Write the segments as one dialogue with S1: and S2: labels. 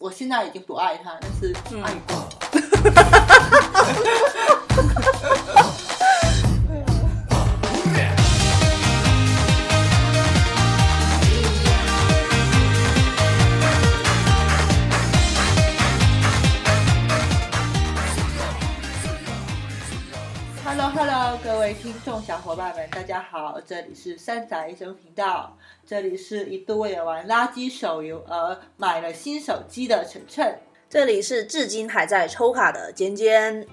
S1: 我现在已经不爱他，但是爱过。Hello Hello，各位听众小伙伴们，大家好，这里是三宅医生频道，这里是一度为了玩垃圾手游而买了新手机的晨晨。
S2: 这里是至今还在抽卡的尖尖，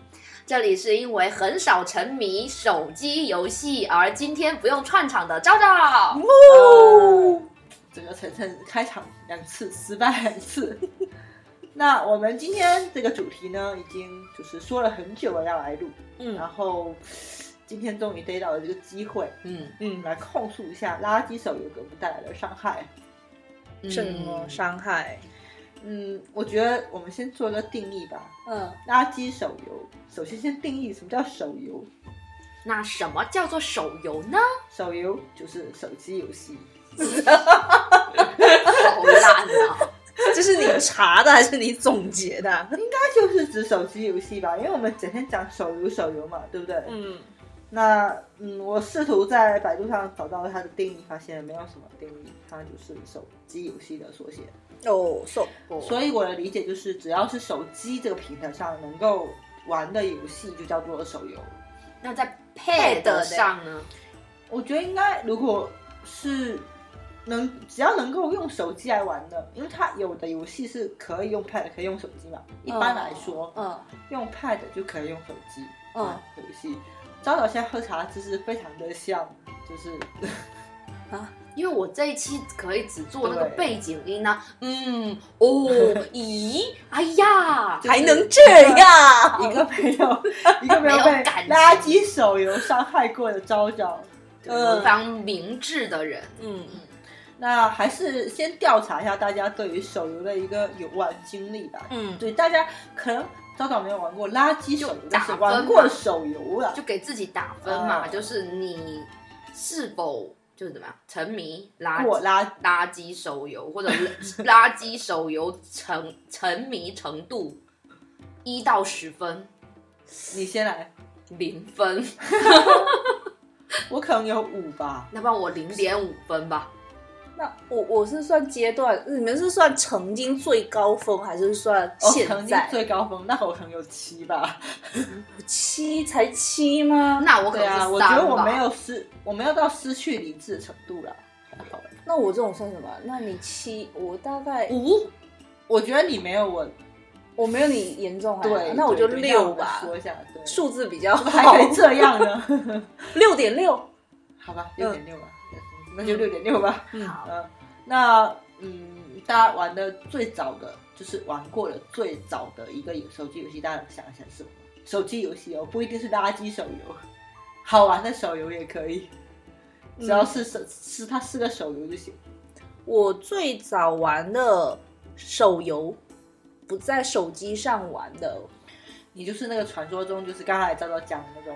S3: 这里是因为很少沉迷手机游戏，而今天不用串场的昭昭。
S1: 哦，整个晨晨开场两次失败两次。那我们今天这个主题呢，已经就是说了很久了要来录，
S2: 嗯
S1: 然后今天终于逮到了这个机会，
S3: 嗯，
S1: 嗯，来控诉一下垃圾手游给我们带来的伤害。
S2: 什么伤害？
S1: 嗯，我觉得我们先做个定义吧。
S2: 嗯，
S1: 垃圾手游，首先先定义什么叫手游。
S3: 那什么叫做手游呢？
S1: 手游就是手机游戏，
S3: 好烂 啊！
S2: 这是你查的还是你总结 的？
S1: 它就是指手机游戏吧，因为我们整天讲手游手游嘛，对不对？
S2: 嗯，
S1: 那嗯，我试图在百度上找到它的定义，发现没有什么定义，它就是手机游戏的缩写。
S2: 哦，so，
S1: 所以我的理解就是，只要是手机这个平台上能够玩的游戏，就叫做手游。
S3: 那在
S2: Pad
S3: Pad 上呢？
S1: 我觉得应该，如果是能只要能够用手机来玩的，因为它有的游戏是可以用 Pad 可以用手机嘛。
S3: 嗯
S1: 一般来说，
S3: 呃
S2: 嗯
S1: 用 Pad 就可以用手机。
S2: 嗯，
S1: 游戏。昭昭现在喝茶姿势非常的像，就是
S3: 因为我这一期可以只做那个
S1: 对
S3: 背景音呢、嗯，哦，咦，哎呀，
S1: 就是
S2: 还能这 样？
S1: 一个没 有一个没有
S3: 啊没
S1: 被
S3: 有感情
S1: 垃圾手游伤害过的昭昭。
S2: 嗯
S3: 非常明智的人。
S2: 嗯
S1: 那还是先调查一下大家对于手游的一个游玩经历吧。
S2: 嗯，
S1: 对，大家可能早早没有玩过垃圾手游，但是
S3: 打分
S1: 玩
S3: 嘛
S1: 过手游了
S3: 就。给自己打分嘛，
S1: 哦
S2: 嗯
S3: 就是你是否就是怎么样沉迷垃
S1: 过
S3: 圾
S1: 垃
S3: 垃圾手游， 或者垃圾手游沉沉迷程度一到十分，
S1: 你先来，
S3: 零分，
S1: 我可能有五吧。
S3: 那不然我零点五分吧。
S2: 那我我是算阶段，你们是算曾经最高峰，还是算
S1: 我
S2: 现
S1: 哦曾经
S2: 在？
S1: 最高峰，那我可能有七吧。
S2: 七才七吗？
S3: 那我可
S1: 对
S3: 能
S1: 啊，
S3: 是
S1: 我觉
S3: 三
S1: 得我没
S3: 吧。
S1: 有失，我没有到失去理智的程度了。
S2: 那我这种算什么？那你七，我大概
S3: 五，
S1: 我觉得你没有我
S2: 我没有你严重啊。
S1: 对，
S2: 那我就
S1: 对对
S2: 六吧
S1: 那，我们说一下，对，
S2: 数字 比较
S1: 还
S2: 好
S1: 可，以这样呢？
S2: 六点六。
S1: 好吧，六点六吧，那就六点六吧。
S2: 嗯
S3: 好，
S1: 嗯，那嗯，大家玩的最早的就是玩过的最早的一个手机游戏，大家想一想是什么？手机游戏哦，不一定是垃圾手游，好玩的手游也可以，
S2: 嗯
S1: 只要是手、是它是个手游就行。
S2: 我最早玩的手游，不在手机上玩的，
S1: 你就是那个传说中，就是刚才赵赵讲的那种，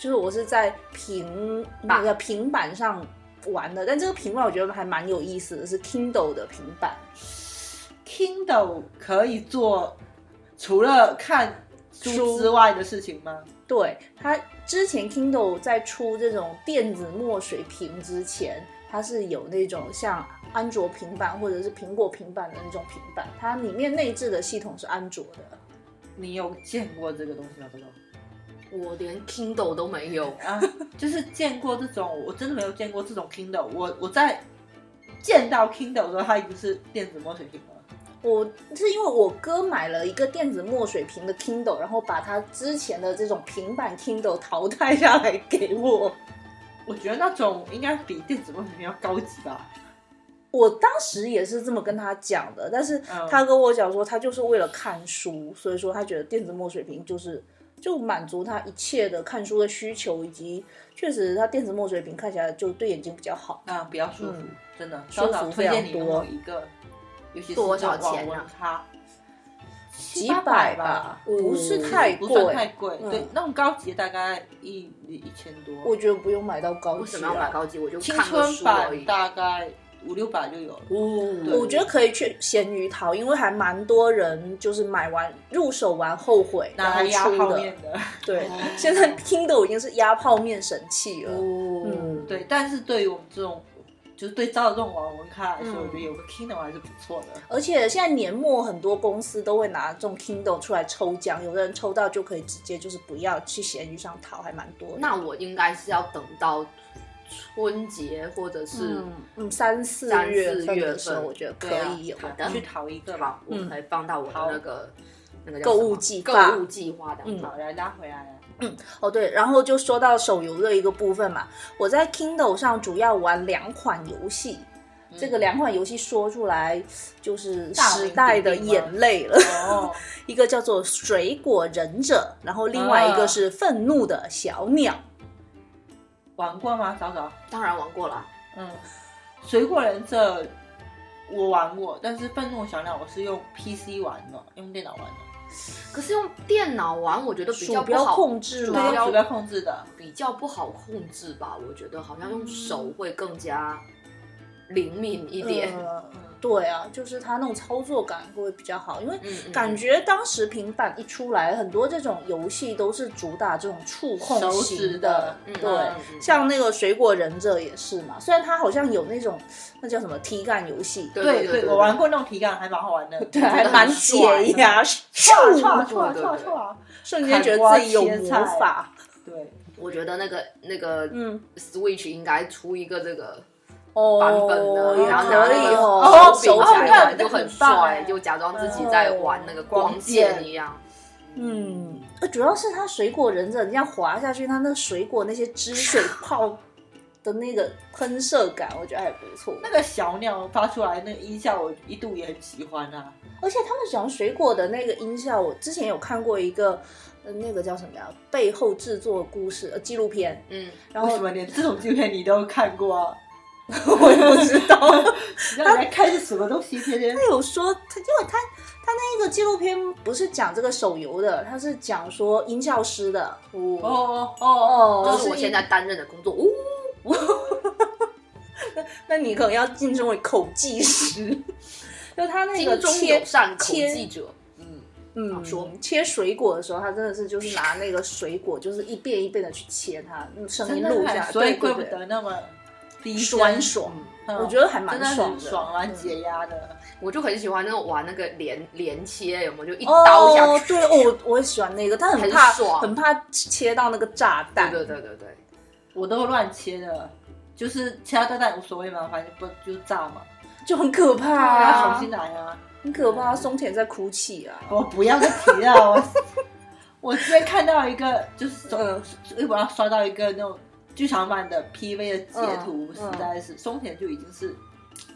S2: 就是我是在平那个平板上玩的。但这个平板我觉得还蛮有意思的，是 Kindle 的平板。
S1: Kindle 可以做除了看书
S2: 书
S1: 之外的事情吗？
S2: 对它之前 Kindle 在出这种电子墨水屏之前，它是有那种像安卓平板或者是苹果平板的那种平板，它里面内置的系统是安卓的。
S1: 你有见过这个东西吗？这种
S3: 我连 Kindle 都没有。
S1: 啊，就是见过这种，我真的没有见过这种 Kindle 我。我在见到 Kindle 的时候，它已经是电子墨水屏了。
S2: 我是因为我哥买了一个电子墨水屏的 Kindle，然后把他之前的这种平板 Kindle 淘汰下来给我。
S1: 我觉得那种应该比电子墨水屏要高级吧。
S2: 我当时也是这么跟他讲的，但是
S1: 嗯
S2: 他跟我讲说，他就是为了看书，所以说他觉得电子墨水屏就是就满足他一切的看书的需求，以及确实他电子墨水屏看起来就对眼睛比较好。
S1: 啊，比较舒服，
S2: 嗯
S1: 真的。
S2: 舒服
S1: 稍早推荐你
S2: 非常
S1: 拥
S2: 多
S1: 有一个，尤其是
S3: 多少钱啊
S1: 网文咖？
S2: 几
S1: 七八
S2: 百
S1: 吧
S2: 吧，，不是
S1: 嗯
S2: 太
S1: 不算
S2: 贵，
S1: 太贵。
S2: 嗯
S1: 对，那种高级大概一一千多。
S2: 我觉得不用买到高
S3: 为
S2: 级
S3: 什么要买
S2: 啊。
S3: 高级？我就
S1: 青
S3: 看个
S1: 春
S3: 书而
S1: 版
S3: 已。
S1: 大概五六百就有了。
S3: 哦，
S1: 对
S2: 我觉得可以去咸鱼淘，因为还蛮多人就是买完入手完后悔，
S1: 拿来
S2: 然
S1: 压
S2: 后出
S1: 泡
S2: 的。
S1: 面的，
S2: 对，现在 Kindle 已经是压泡面神器了。
S3: 哦
S2: 嗯，
S1: 对。但是对于我们这种，就是对照这种网文咖来说，
S3: 嗯
S1: 我觉得有个 Kindle 还是不错的。
S2: 而且现在年末很多公司都会拿这种 Kindle 出来抽奖，有的人抽到就可以直接就是不要去闲鱼上淘，还蛮多的。
S3: 那我应该是要等到春节或者是
S2: 嗯嗯，三四
S3: 三四
S2: 月份
S3: 月
S2: 的时候，
S3: 份
S2: 我觉得可
S1: 对啊
S2: 以有。
S3: 好的
S1: 去淘一个吧。
S3: 好，我可以放到我的那个那个叫
S2: 购
S3: 什么
S2: 物计
S3: 购
S2: 划
S3: 物计划当中
S1: 好，。来拉回来了。
S2: 哦对，然后就说到手游的一个部分嘛，我在 Kindle 上主要玩两款游戏，
S3: 嗯
S2: 这个两款游戏说出来就是
S1: 大名
S2: 时代的
S1: 鼎鼎吗
S2: 眼泪了。
S1: 哦，
S2: 一个叫做《水果忍者》，然后另外一
S3: 啊
S2: 个是《愤怒的小鸟》。
S1: 玩过吗？早早，
S3: 当然玩过了，
S1: 嗯，水果忍者我玩过，但是愤怒小鸟我是用 PC 玩的，用电脑玩的，
S3: 可是用电脑玩，我觉得比
S2: 鼠
S3: 较不
S2: 标
S3: 好
S2: 控制
S3: 鼠
S2: 吗
S1: 对，用鼠
S3: 标
S1: 标控制的。
S3: 比较不好控制吧，我觉得好像用手会更加灵敏一点。
S2: 呃
S1: 嗯，
S2: 对啊，就是它那种操作感会比较好，因为
S3: 嗯，嗯
S2: 感觉当时平板一出来，很多这种游戏都是主打这种触控
S1: 手
S2: 型
S1: 指的
S3: 嗯
S2: 对。
S3: 嗯嗯
S2: 像那个水果忍者也是嘛，虽然它好像有那种那叫什么体感游戏，
S3: 对
S1: 对
S3: 对对
S1: 我玩过那种体感，还蛮好玩的。
S2: 对，还蛮解压，
S1: 唰
S2: 唰
S1: 唰唰唰唰，
S2: 瞬间觉得自己有魔
S1: 砍
S2: 法
S1: 瓜，对，
S3: 我觉得那个那个
S2: 嗯，
S3: Switch 应该出一个这个
S2: 哦，
S3: 版本的，然后拿
S2: 可
S3: 那
S2: 以
S3: 个
S2: 哦，
S3: 手柄
S2: 手
S1: 哦
S3: 起
S1: 你
S3: 来
S1: 看
S3: 玩就很
S1: 那很棒哎
S3: 帅，就假装自己在玩那个
S2: 哦
S3: 光剑一样。
S2: 嗯，呃主要是它水果忍者，你这样滑下去，它那水果那些 汁水泡的那个喷射感，我觉得还不错。
S1: 那个小鸟发出来那个音效，我一度也很喜欢啊。
S2: 而且他们讲水果的那个音效，我之前有看过一个，呃，那个叫什么呀？背后制作故事呃纪录片，
S3: 嗯，
S2: 然
S1: 为什
S2: 后
S1: 么连这种纪录片你都看过 啊？我也不知道，哦你让你来看是什么东西？天天
S2: 他有说，他因为他他那个纪录片不是讲这个手游的，他是讲说音效师的。
S3: 哦，
S1: 哦哦哦，
S2: 哦，
S3: 这是我现在担任的工作。哦，
S2: 那你可能要晋升为口技师， 就他那个
S3: 金钟
S2: 切
S3: 友善口
S2: 切
S3: 技者。
S1: 嗯，
S2: 嗯
S3: 好说
S2: 切水果的时候，他真的是就是拿那个水果，就是一遍一遍的去切它，嗯声
S1: 真
S2: 音
S1: 的
S2: 录
S1: 很
S2: 下，
S1: 所以
S2: 对
S1: 怪
S2: 对
S1: 不
S2: 对，
S1: 得那么低声
S2: 酸爽，
S1: 嗯
S2: 我觉得还蛮
S1: 真的
S2: 爽
S1: 很爽啊，
S2: 嗯
S1: 解压的。
S3: 我就很喜欢那种玩那个连连切，有没有？就一刀下
S2: 哦，
S3: 去。
S2: 对，哦，我我喜欢那个，但很
S3: 很
S2: 怕
S3: 爽
S2: 很怕切到那个炸弹。
S3: 对对对对对。
S1: 我都乱切的，就是切到蛋蛋无所谓嘛，反正不就炸嘛，
S2: 就很可怕
S1: 要重
S2: 啊
S1: 新，来啊！
S2: 很可怕。松田在哭泣啊，
S1: 我不要再提了，我我之前看到一个，就是呃，我要刷到一个那种剧场版的 PV 的截图，
S2: 嗯
S1: 实在是松田就已经是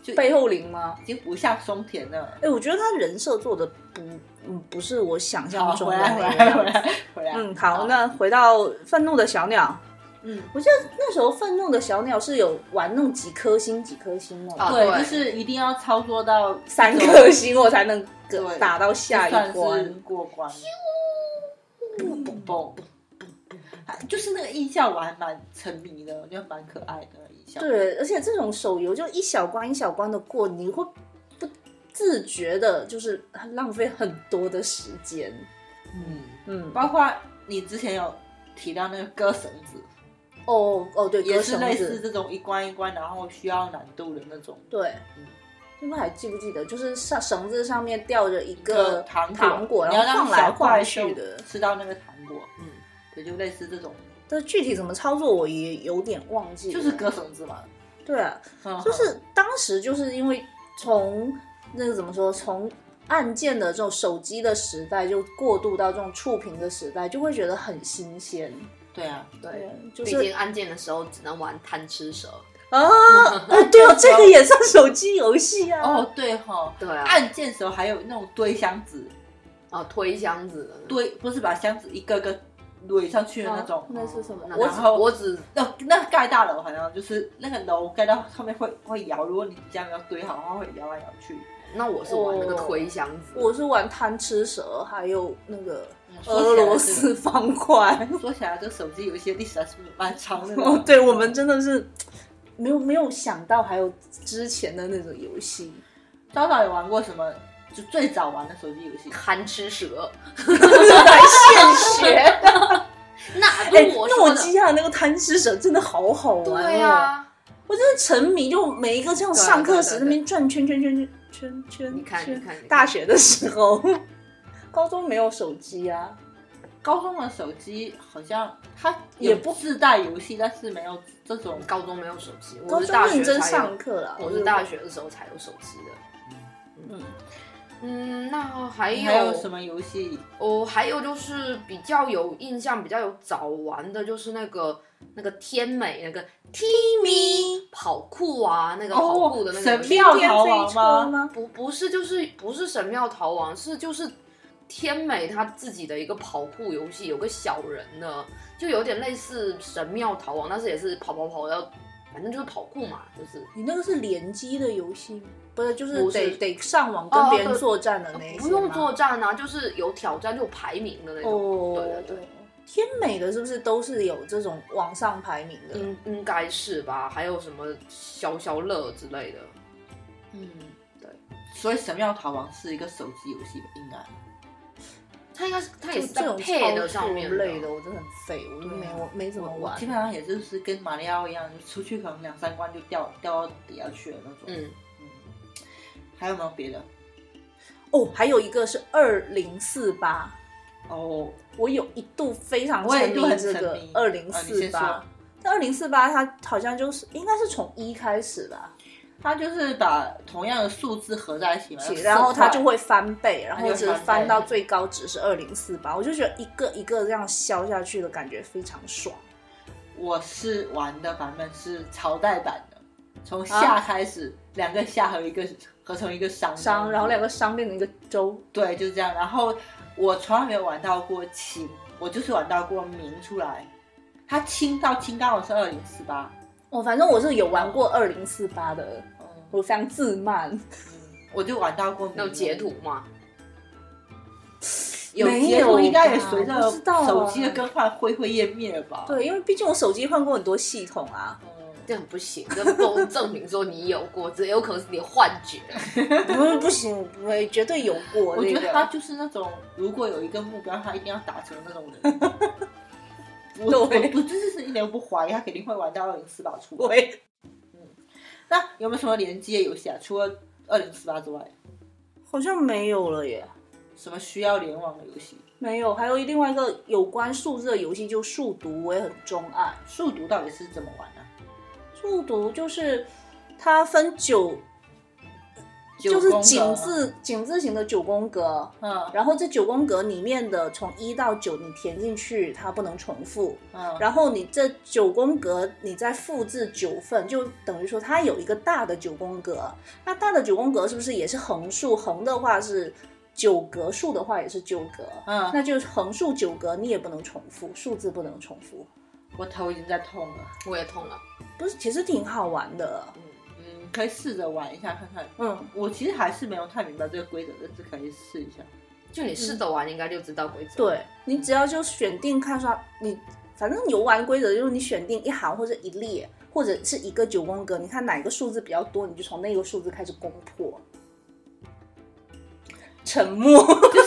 S1: 就
S2: 背后灵吗？
S1: 已经不像松田了。
S2: 哎，我觉得他人设做的不，嗯，不是我想象
S1: 好，
S2: 中
S1: 回
S2: 的
S1: 来回
S2: 那个
S1: 来回
S2: 样子。
S1: 来回来，
S2: 嗯，好，那回到愤怒的小鸟，
S1: 嗯，
S2: 我记得那时候愤怒的小鸟是有玩弄几颗星几颗星哦，
S3: 啊
S1: 对，
S3: 对
S1: 就是一定要操作到
S2: 三
S1: 种
S2: 颗星我才能
S1: 对
S2: 打到下一
S1: 算是
S2: 关。
S1: 过关。嘣嘣嘣！啊就是那个音效，我还蛮沉迷的，我觉得蛮可爱的音效。
S2: 对，而且这种手游就一小关一小关的过，你会不自觉的，就是浪费很多的时间。
S1: 嗯，
S2: 嗯，
S1: 包括你之前有提到那个割绳子，
S2: 哦哦，对，
S1: 也
S2: 割
S1: 是
S2: 绳
S1: 类似
S2: 子，
S1: 这种一关一关，然后需要难度的那种。
S2: 对
S1: 嗯。
S2: 你们还记不记得，就是上绳子上面吊着一
S1: 割
S2: 个
S1: 糖
S2: 糖果，
S1: 你要
S2: 然后
S1: 让
S2: 晃来
S1: 小
S2: 晃
S1: 怪
S2: 去
S1: 兽
S2: 的。
S1: 吃到那个糖果，
S3: 嗯，
S1: 对，就类似这种，
S2: 但具体怎么操作我也有点忘记了。
S1: 就是割绳子嘛。
S2: 对啊，
S1: 嗯
S2: 就是当时就是因为从那个怎么说，从按键的这种手机的时代，就过渡到这种触屏的时代，就会觉得很新鲜。
S1: 对啊，
S3: 对，，
S2: 就
S3: 毕
S2: 是
S3: 竟按键的时候只能玩贪吃蛇。
S2: 啊，啊 对哦，这个也算手机游戏啊。
S1: 哦，对哈，
S3: 对啊，
S1: 按键的时候还有那种堆箱子，
S3: 哦，推箱子的。
S1: 堆不是把箱子一个个垒上去的那种，
S2: 那是什么
S3: 哦那
S1: 我
S3: 然
S1: 只
S3: 后我只
S1: 那那盖大楼好像就是那个楼盖到上面会会摇，如果你家没有堆好的话，会摇来摇去。
S3: 那我是玩那个推箱子，，
S2: 我是玩贪吃蛇，还有那个俄
S1: 说起来
S2: 罗斯方块。
S1: 说起来，这手机有一些历史还是蛮长的呢。
S2: 哦，对，我们真的是没有没有想到还有之前的那种游戏，
S1: 早早有玩过什么？就最早玩的手机游戏
S3: 贪吃
S2: 哦
S3: 蛇，
S2: 还现学。
S3: 那
S2: 哎，
S3: 跟我说
S2: 诺
S3: 的，
S2: 基亚那个贪吃蛇真的好好玩、哦。
S3: 对啊，
S2: 我真的沉迷，就每一个这样
S3: 对啊
S2: 上课
S3: 对
S2: 时
S3: 对
S2: 那边转圈圈圈圈圈圈。
S3: 你看
S2: 圈
S3: 你看你看
S2: 大学的时候，高中没有手机啊，
S1: 高中的手机好像它
S2: 也
S1: 也
S2: 不
S1: 不自带游戏，但是没有这种
S3: 高中没有手机，
S2: 高
S3: 我是
S2: 中
S3: 大学
S2: 认真
S3: 才有
S2: 上，课啊了。
S3: 我是大学的时候才有手机的。
S2: 嗯，
S3: 嗯，那还有
S1: 还有什么游戏？
S3: 哦，还有就是比较有印象、比较有早玩的，就是那个那个天美那个 t i m 跑酷啊，那个跑酷的那个游
S1: 哦神
S3: 戏、
S1: 庙
S2: 天
S1: 逃
S2: 飞
S1: 亡
S2: 车
S1: 吗？
S2: 吗？
S3: 不不是就是不是神庙逃亡，是就是天美他自己的一个跑酷游戏，有个小人的，就有点类似神庙逃亡，但是也是跑跑跑要，反正就是跑酷嘛，就是。
S2: 你那个是联机的游戏吗？不是，就是
S3: 不是
S2: 得得上网跟
S3: 哦
S2: 别人
S3: 对
S2: 作战的那一些吗
S3: 不用作战啊，就是有挑战，就有排名的那种。
S2: 哦，
S3: 对对对，
S2: 天美的是不是都是有这种网上排名的？
S3: 应应该是吧？还有什么消消乐之类的。
S1: 嗯，对。所以神庙逃亡是一个手机游戏吧，应该。
S3: 它应该是它
S2: 就
S3: 也是
S2: 这
S3: 在
S2: 种
S3: Pad 的
S2: 操
S3: 上
S2: 作
S3: 面
S2: 类的，我真的很废，我就
S1: 对
S2: 没
S1: 啊
S2: 我没怎么
S1: 我我
S2: 玩
S1: 基。本上也就是跟马里奥一样，就出去可能两三关就掉掉到底下去了那种。
S3: 嗯，
S1: 还有没有别的？
S2: 哦，还有一个是二零四八，
S1: 哦，
S2: 我有一度非常
S1: 我也
S2: 沉
S1: 一度很
S2: 这
S1: 沉
S2: 个
S1: 迷
S2: 二零
S1: 啊你
S2: 四
S1: 先
S2: 八
S1: 说。
S2: 但二零四八它好像就是应该是从一开始吧，
S1: 它就是把同样的数字合在一起嘛，
S2: 然后它
S1: 四
S2: 就
S1: 块
S2: 会翻倍，然
S1: 它
S2: 后
S1: 就
S2: 只
S1: 翻倍
S2: 翻到最高值是二零四八，我就觉得一个一个这样削下去的感觉非常爽。
S1: 嗯我是玩的版本是朝代版的，
S2: 啊
S1: 从下开始，两个下和一个合成一个商
S2: 商，然后两
S1: 个
S2: 个商变成一个州，
S1: 对，就是这样。然后我从来没有玩到过清，我就是玩到过明出来。它清到清刚好是二零四八，
S2: 哦，反正我是有玩过二零四八的，
S1: 嗯，
S2: 我非常自慢，
S1: 我就玩到过明
S3: 那有截图，嘛？
S2: 嗯
S1: 有
S2: 没
S1: 截
S2: 有
S1: 图应该也
S2: 吧
S1: 随着
S2: 不知道啊
S1: 手机的更换灰灰页面了吧？，
S2: 对，因为毕竟我手机换过很多系统啊，
S1: 嗯，
S3: 这很不行，这不够证明说你有过，这有可能是你的幻觉。
S2: 不是不行，我不会绝对有过
S1: 我
S2: 那
S1: 觉得他
S2: 个。
S1: 就是那种，如果有一个目标，他一定要达成那种人。 我
S2: 对
S1: 我不这是一点都不怀疑，他肯定会玩到二零四八出来。嗯
S2: 对，
S1: 那有没有什么联机的游戏啊？除了二零四八之外，
S2: 好像没有了耶，
S1: 什么需要联网的游戏？
S2: 没有。还有另外一个有关数字的游戏，就数独，我也很钟爱。
S1: 数独到底是怎么玩啊呢、
S2: 数独就是它分九，
S1: 九
S2: 就是
S1: 宫格啊
S2: 井字井字形的九宫格，
S1: 嗯
S2: 然后这九宫格里面的从一到九你填进去，它不能重复。
S1: 嗯，
S2: 然后你这九宫格，你再复制九份，就等于说它有一个大的九宫格。那大的九宫格是不是也是横数？横的话是九格，竖的话也是九格。
S1: 嗯，
S2: 那就是横竖九格，你也不能重复，数字不能重复。
S1: 我头已经在痛了。
S3: 我也痛了，
S2: 不是，其实挺好玩的。
S1: 嗯，可以试着玩一下看看。
S2: 嗯，
S1: 我其实还是没有太明白这个规则，但是可以试一下。
S3: 就你试着玩，应该就知道规则。，
S2: 对你只要就选定看说你，反正游玩规则就是你选定一行或者一列，或者是一个九宫格，你看哪个数字比较多，你就从那个数字开始攻破。沉默，
S1: 就是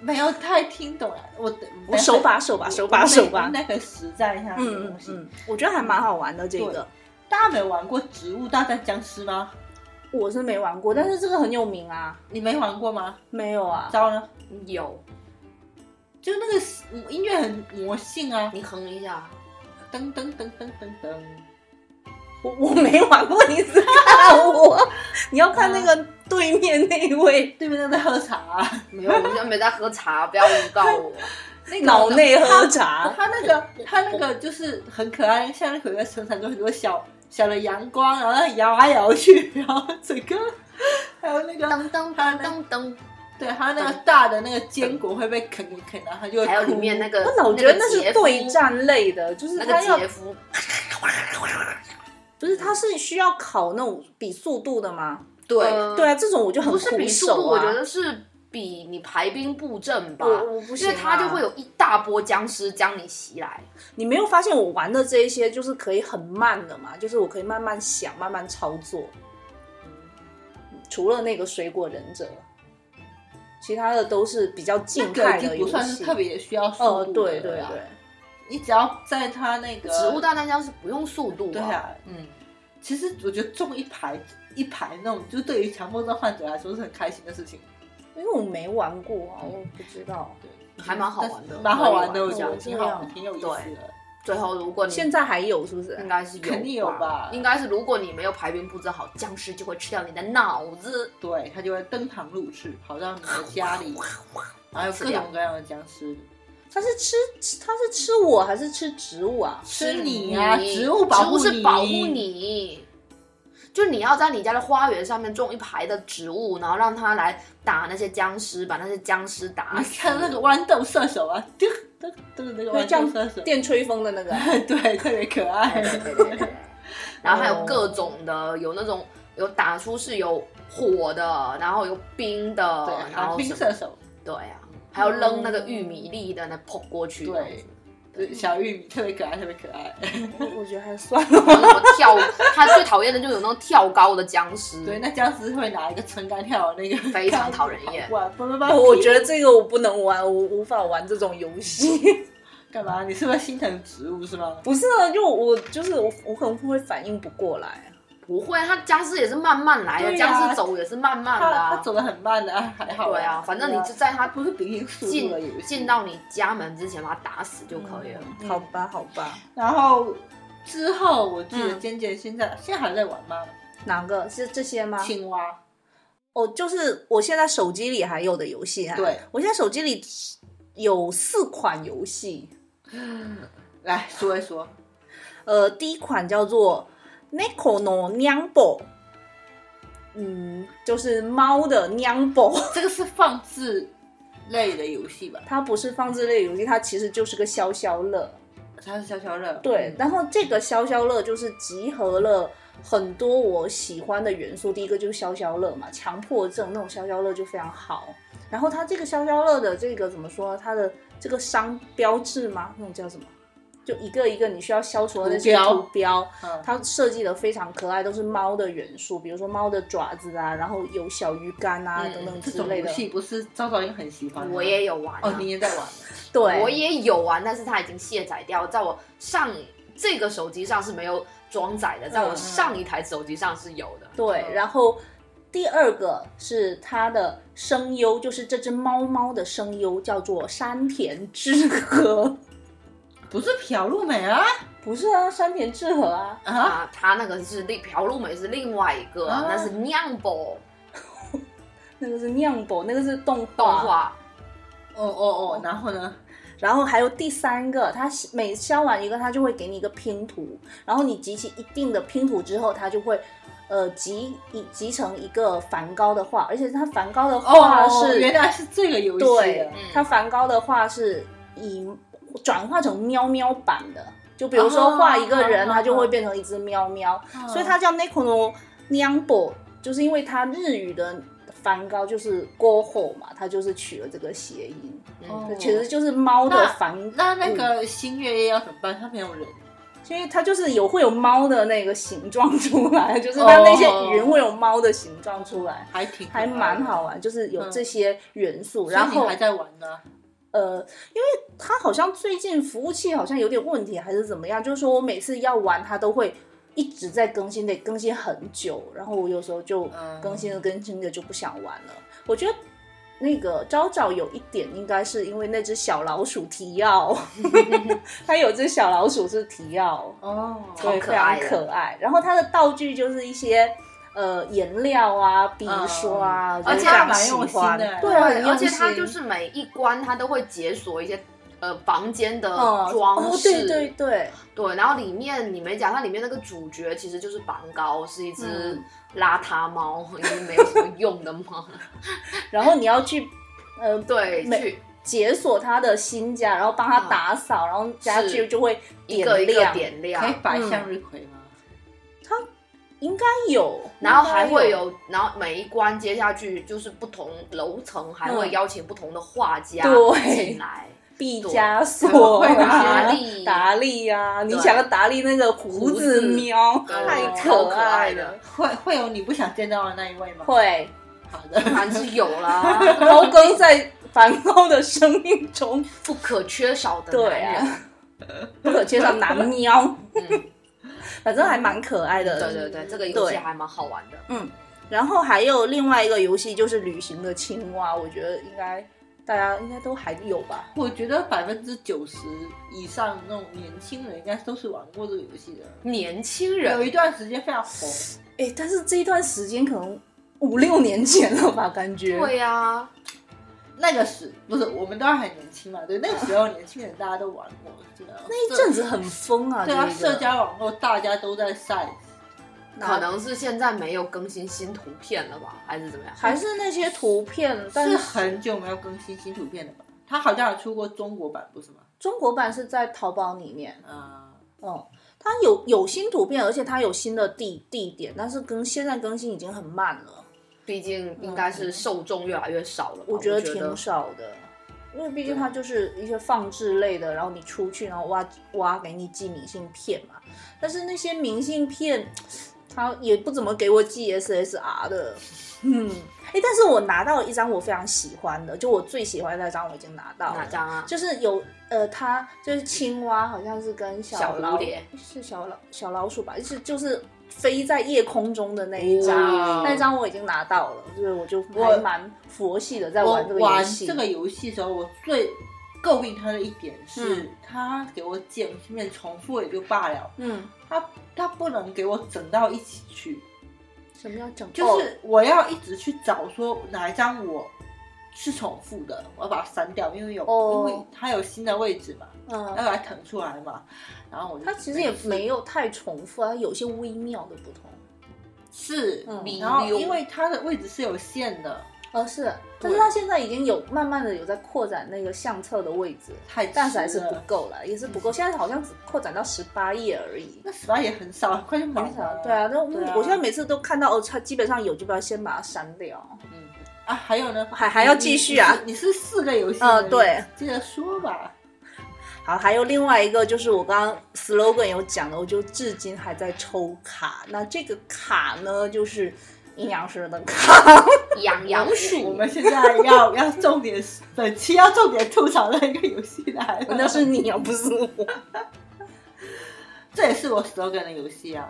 S1: 没有太听懂啊。我
S2: 我手把手把手把
S1: 我
S2: 手把
S1: 我， 那个实战一下这个
S2: 嗯嗯
S1: 东西。
S2: 嗯，我觉得还蛮好玩的这个
S1: 对，大家没有玩过《植物大战僵尸》吗？
S2: 我是没玩过，但是这个很有名啊，
S1: 你没玩过吗？
S2: 没有啊，
S1: 糟呢，
S3: 有
S1: 就那个嗯音乐很魔性啊，
S3: 你哼一下，
S1: 噔噔噔噔噔噔。
S2: 我我没玩过，你是看 我，你要看那
S1: 啊
S2: 个对面那一位
S1: 对面那个在喝茶、啊，
S3: 没有，我现在没在喝茶，不要诬告我。
S1: 那个
S2: 脑内喝茶，
S1: 他那个他那个就是很可爱，像那个有个生产出很多小小的阳光，然后它摇来摇去，然后整个还有那个
S3: 噔噔
S1: 他
S3: 噔
S1: 那
S3: 噔噔，
S1: 对，还有那个大的那个坚果会被啃啃啃，然后它就会
S3: 还有里
S1: 哭
S3: 面那个，
S2: 我老觉得那
S3: 个
S2: 是
S3: 杰夫
S2: 对，战类的，就是
S3: 那
S2: 他
S3: 个
S2: 要
S3: 杰夫
S2: 不是他是需要考那种比速度的吗？
S1: 对。
S3: 呃
S2: 对啊，这种我就很
S3: 不是
S2: 苦
S3: 比速
S2: 手
S3: 度，
S2: 啊。
S3: 我觉得是比你排兵布阵吧，
S2: 我我不
S3: 因
S2: 行、啊，
S3: 为它就会有一大波僵尸将你袭来。
S2: 你没有发现我玩的这一些就是可以很慢的嘛？就是我可以慢慢想，慢慢操作。嗯除了那个水果忍者，其他的都是比较
S1: 这
S2: 静
S1: 个
S2: 态
S1: 已
S2: 的
S1: 经不
S2: 游
S1: 算是
S2: 戏。
S1: 特别需要速
S2: 哦，
S1: 度
S2: 对
S1: 的
S2: 对
S1: 了
S2: 对，
S1: 你只要在它那个
S3: 植物大战僵尸不用速度、啊，
S1: 对啊，
S3: 嗯，
S1: 其实我觉得中一排一排那种，就对于强迫症患者来说是很开心的事情，
S2: 因为我没玩过啊，我不知道。
S3: 还蛮好玩的，
S1: 蛮好玩
S3: 可以
S1: 的，我
S2: 玩
S1: 觉得
S2: 哦
S1: 挺
S2: 这
S1: 好
S2: 样，
S1: 挺有意思的。
S3: 最后，如果你
S2: 现在还有是不是？
S3: 应该是有，
S1: 肯定有吧
S3: 应该是如果你没有排兵布阵好，僵尸就会吃掉你的脑子。
S1: 对，它就会登堂入室，跑到你的家里，然后有各种各样的僵尸
S2: 它是吃吃它是吃我还是吃植物啊？
S1: 吃你啊，植物保
S3: 保
S1: 护
S3: 是护你。就你要在你家的花园上面种一排的植物，然后让它来打那些僵尸，把那些僵尸打
S1: 你
S3: 死。
S1: 看那个豌豆射手啊，噔噔噔，那个
S2: 会
S1: 豌
S2: 这
S1: 豆
S2: 样
S1: 射手，
S2: 电吹风的 那个啊，
S1: 对，特别可爱。
S3: 然后还
S1: 哦
S3: 有各种的，有那种有打出是有火的，然后有冰的，
S1: 对，
S3: 哦然
S1: 寒
S3: 后
S1: 冰
S3: 什么
S1: 射手，
S3: 对啊，还有扔那个玉米粒的那扑过去，
S1: 对
S3: 这样子
S1: 对，小玉米特别可爱，特别可爱。
S2: 我我觉得还算 了。
S3: 然后什么跳，他最讨厌的就是有那种跳高的僵尸，
S1: 对，那僵尸会拿一个撑杆跳的那个，
S3: 非常讨人厌
S1: 哇，不不不，
S2: 我我觉得这个我不能玩，我无法玩这种游 戏。
S1: 干嘛？你是不是心疼植物是吗？
S2: 不是啊，就我就是我，我可能会反应不过来啊。
S3: 不会，他僵尸也是慢慢来的，
S1: 对啊
S3: 僵尸走也是慢慢的、
S1: 他他
S3: 啊，
S1: 走的很慢的，啊还好啦。
S3: 对啊，反正你就
S1: 对啊
S3: 在
S1: 它
S3: 他
S1: 不是平行速
S3: 进
S1: 度的游戏
S3: 进到你家门之前把他打死就可以了。
S1: 嗯
S2: 好吧，好吧，
S1: 然后之后，我记得
S3: 嗯
S1: 尖尖现在、现在还在玩吗？
S2: 哪个是这些
S3: 啊
S2: 吗？
S1: 青蛙，
S2: 哦，就是我现在手机里还有的游戏啊。
S1: 对，
S2: 我现在手机里有四款游戏，
S1: 来说一说。
S2: 呃，第一款叫做 Neko no n a m b o 嗯，就是猫的 n a m b o
S1: 这个是放置类的游戏吧？
S2: 它不是放置类游戏，它其实就是个消消乐。
S1: 它是消消乐。
S2: 对，然后这个消消乐就是集合了很多我喜欢的元素。第一个就是消消乐嘛，强迫症那种消消乐就非常好。然后它这个消消乐的这个怎么说？它的这个商标志吗？那种叫什么？就一个一个你需要消除的那些
S1: 图标
S2: 图标，
S1: 嗯，
S2: 它设计的非常可爱，都是猫的元素，比如说猫的爪子啊，然后有小鱼干啊、
S3: 嗯
S2: 等等
S1: 这
S2: 之
S1: 种
S2: 类
S1: 游
S2: 的。
S1: 戏不是赵赵英很喜欢吗？
S3: 我也有玩、啊，
S1: 哦，你也在玩。啊
S2: 对，
S3: 我也有玩，但是它已经卸载掉，在我上这个手机上是没有装载的，在我上一台手机上是有的。
S2: 对，
S1: 嗯
S2: 然后第二个是它的声优，就是这只猫猫的声优叫做山田智和，
S1: 不是朴路美啊
S2: 不是啊，山田智和啊，
S1: 啊！
S3: 啊，它那个是另朴路美是另外一个，
S1: 啊
S3: 那是酿宝
S2: 那个是酿宝，那个是动
S3: 动
S2: 画。
S3: 画，
S1: 哦哦哦，然后呢？
S2: 然后还有第三个，它每消完一个，它就会给你一个拼图，然后你集齐一定的拼图之后，它就会。呃，集一集成一个梵高的画，而且它梵高的画是、
S1: 哦，原来是这个游戏
S2: 对
S1: 啊。，
S2: 它梵高的画是以转化成喵喵版的，就比如说画一个人，
S1: 哦
S2: 它就会变成一只喵喵，
S1: 嗯
S2: 所以它叫 Nekono Nyambo，就是因为它日语的梵高就是过后嘛，它就是取了这个谐音，
S1: 哦
S3: 嗯，
S2: 其实就是猫的梵，
S1: 那那个新月夜要怎么办？它没有人。
S2: 因为它就是有会有猫的那个形状出来，就是它那些
S1: 哦
S2: 云会有猫的形状出来。
S1: 还挺
S2: 还
S1: 嗯
S2: 蛮好玩，就是有这些元素，然
S1: 所以
S2: 后
S1: 你还在玩呢。
S2: 呃，因为它好像最近服务器好像有点问题，还是怎么样？就是说我每次要玩，它都会一直在更新，得更新很久。然后我有时候就
S1: 嗯
S2: 更新了更新的就不想玩了。我觉得那个昭昭有一点，应该是因为那只小老鼠 提奥，它有只小老鼠是提奥，
S1: 哦
S3: 超
S2: 对，
S3: 可
S2: 非常
S3: 爱的
S2: 可爱。然后它的道具就是一些。呃，颜料啊，笔刷啊，我
S3: 嗯而且
S2: 就非常
S1: 蛮
S2: 喜
S1: 用心
S2: 欢
S1: 的
S2: 对啊，很
S3: 而
S2: 用
S3: 且它
S2: 心
S3: 就是每一关它都会解锁一些呃房间的
S2: 嗯
S3: 装
S2: 哦，
S3: 饰，
S2: 对对对，
S3: 对，然后里面你没讲，它里面那个主角其实就是梵高，是一只
S1: 嗯
S3: 邋遢猫，已经没有什么用的 猫。
S2: 然后你要去呃
S3: 对，
S2: 每
S3: 去
S2: 解锁他的新家，然后帮他打扫，然后家具就会
S3: 啊一
S2: 点
S3: 个一个
S2: 亮。
S3: 点
S1: 可以
S3: 亮。
S1: 摆向日葵吗？
S2: 应该有，
S3: 然后还
S2: 应该
S3: 会有，然后每一关接下去就是不同楼层还会
S2: 嗯
S3: 邀请不同的画家进
S2: 对
S3: 来，
S2: 毕加索
S3: 会有
S2: 啊、
S3: 达利，
S2: 达利啊，你
S3: 对
S2: 想要达利那个胡
S3: 胡子
S2: 子喵，
S3: 对
S2: 太
S3: 超可
S2: 爱
S3: 爱的。
S1: 会会有你不想见到的那一位吗？
S2: 嗯会
S1: 好的，
S3: 当然是有啦，
S2: 高更在梵高的生命中
S3: 不可缺少的男
S2: 对
S3: 人。
S2: 啊不可缺少男喵，
S3: 嗯，
S2: 反正还蛮可爱的。
S3: 对对对，这个游戏
S2: 对
S3: 还蛮好玩的。
S2: 然后还有另外一个游戏就是旅行的青蛙，我觉得应该大家应该都还有吧。
S1: 我觉得百分之九十以上那种年轻人应该都是玩过这个游戏的，
S3: 年轻
S1: 有
S3: 人
S1: 一段时间非常红。
S2: 哎，但是这一段时间可能五六年前了吧，感觉。
S3: 对啊呀，
S1: 那个时不是我们都还很年轻嘛，对，那个时候年轻人大家都玩过，基本上
S2: 那一阵子很疯啊，
S1: 对啊，
S2: 这个
S1: 社交网络大家都在晒，
S3: 可能是现在没有更新新图片了吧，还是怎么样？
S2: 还是那些图片，但
S1: 是
S2: 是
S1: 很久没有更新新图片了吧？它好像还出过中国版，不是吗？
S2: 中国版是在淘宝里面。
S1: 啊、
S2: 哦，它有有新图片，而且它有新的地地点，但是更现在更新已经很慢了，
S3: 毕竟应该是受众越来越少了吧。我
S2: 觉
S3: 得
S2: 得挺少的。因为毕竟它就是一些放置类的，然后你出去，然后挖挖给你寄明信片嘛。但是那些明信片，它也不怎么给我寄 SSR 的。嗯，哎，但是我拿到了一张我非常喜欢的，就我最喜欢的那张我已经拿到
S3: 哪
S2: 了，
S3: 张啊？
S2: 就是有呃，它就是青蛙，好像是跟
S3: 小
S2: 小
S3: 蝴
S2: 老
S3: 蝶
S2: 是小老小老鼠吧，就是就是飞在夜空中的那一张，
S3: 哇
S2: 那张我已经拿到了，就是我就
S1: 我
S2: 还蛮佛系的在
S1: 我
S2: 玩这个游
S1: 玩
S2: 戏。
S1: 这个游戏的时候，我最诟病它的一点是，它给我剪片重复也就罢了，
S2: 嗯，
S1: 它它不能给我整到一起去，
S2: 什么叫整？
S1: 就是我要一直去找说哪一张我是重复的，我要把它删掉，因为有、
S2: 哦
S1: 因为它有新的位置嘛，
S2: 哦
S1: 要
S2: 嗯，
S1: 把它腾出来嘛，然后我就
S2: 它其实也没有太重复啊，它有些微妙的不同。
S1: 是，
S2: 嗯
S1: 然后因为它的位置是有限的，
S2: 呃，是，但
S1: 哦
S2: 是
S1: 对
S2: 它现在已经有慢慢的有在扩展那个相册的位置，
S1: 太
S2: 但是还是
S1: 迟了
S2: 不够了，也是不够。现在好像只扩展到十八页而已。
S1: 那十八也很少，很快就满
S2: 很少
S1: 了。，
S2: 对啊，那我
S1: 对啊
S2: 我现在每次都看到哦，它基本上有就不要先把它删掉。
S1: 嗯啊，还有呢，
S2: 还还要继续啊
S1: 你你是你是四个游戏，
S2: 呃对，
S1: 接着说吧。
S2: 好，还有另外一个就是我刚刚 slogan 有讲的，我就至今还在抽卡。那这个卡呢，就是阴阳师的卡。
S3: 养羊
S1: 我
S3: 鼠
S1: 们现在 要要重点，本期要重点吐槽的一个游戏来了，
S2: 那是你啊，不是我。
S1: 这也是我 slogan 的游戏啊，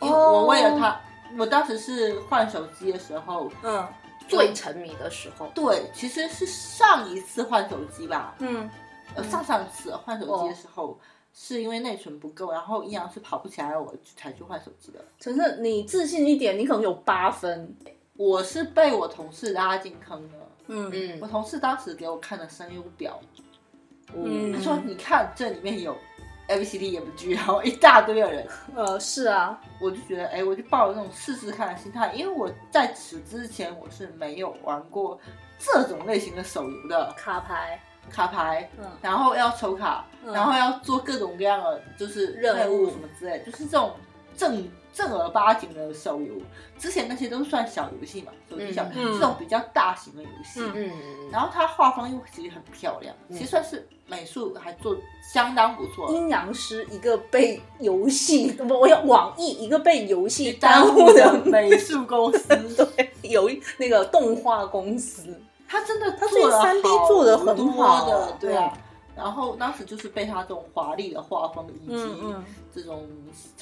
S2: 哦
S1: 因为我为了它，我当时是换手机的时候，
S2: 嗯
S3: 最沉迷的时候，
S1: 对，其实是上一次换手机吧，
S2: 嗯
S1: 呃，
S2: 嗯
S1: 上上次换手
S2: 哦
S1: 机的时候，是因为内存不够，然后阴阳师跑不起来，我才去换手机的。
S2: 晨晨，你自信一点，你可能有八分。
S1: 我是被我同事拉进坑的，
S2: 嗯
S1: 我
S3: 嗯，
S1: 同事当时给我看的声优表，
S2: 嗯
S1: 他说：“你看这里面有 A B C D E F G，然后一大堆的人。”
S2: 呃，是啊，
S1: 我就觉得，哎，我就抱着那种试试看的心态，因为我在此之前我是没有玩过这种类型的手游的
S2: 卡牌，
S1: 卡牌，
S2: 嗯
S1: 然后要抽卡，
S2: 嗯
S1: 然后要做各种各样的就是
S2: 任务
S1: 任务什么之类
S2: 嗯
S1: 的，就是这种正正儿八经的手游。之前那些都算小游戏嘛，手机小游戏、
S2: 嗯
S1: 这种比较大型的游戏。
S2: 嗯
S3: 嗯嗯，
S1: 然后它画风又其实很漂亮，
S3: 嗯
S1: 其实算是美术还做相当不错。
S2: 阴阳师一个被游戏，不，我要网易一个被游戏
S1: 耽
S2: 耽
S1: 误
S2: 误
S1: 的
S2: 的
S1: 美术公司，
S2: 游那个动画公司。
S1: 他真的
S2: 他
S1: 做了
S2: 这 3D 做得很
S1: 好
S2: 好
S1: 多的，对啊。然后当时就是被他这种华丽的画风以
S2: 嗯
S1: 及
S2: 嗯。
S1: 这种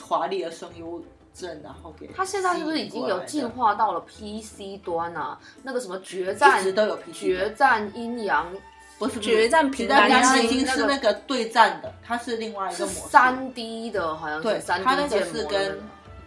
S1: 华丽的声优阵，然后给
S3: 它现在是不是已经有
S1: 吸引
S3: 进
S1: 过
S3: 化到了 PC 端啊？那个什么决
S1: 来的？
S3: 战
S1: 一直都有 PC
S3: 决战阴阳
S1: 不是不是
S2: 决战
S1: 决
S2: 平
S1: 战
S2: 安
S1: 平
S2: 京
S1: 安京是
S3: 那个
S1: 那个对战的，它是另外一
S3: 是
S1: 个模式。
S3: 三 D 的，好像
S1: 对
S3: 是三
S1: 它那
S3: D
S1: 个
S3: 建模
S1: 是
S3: 的
S1: 跟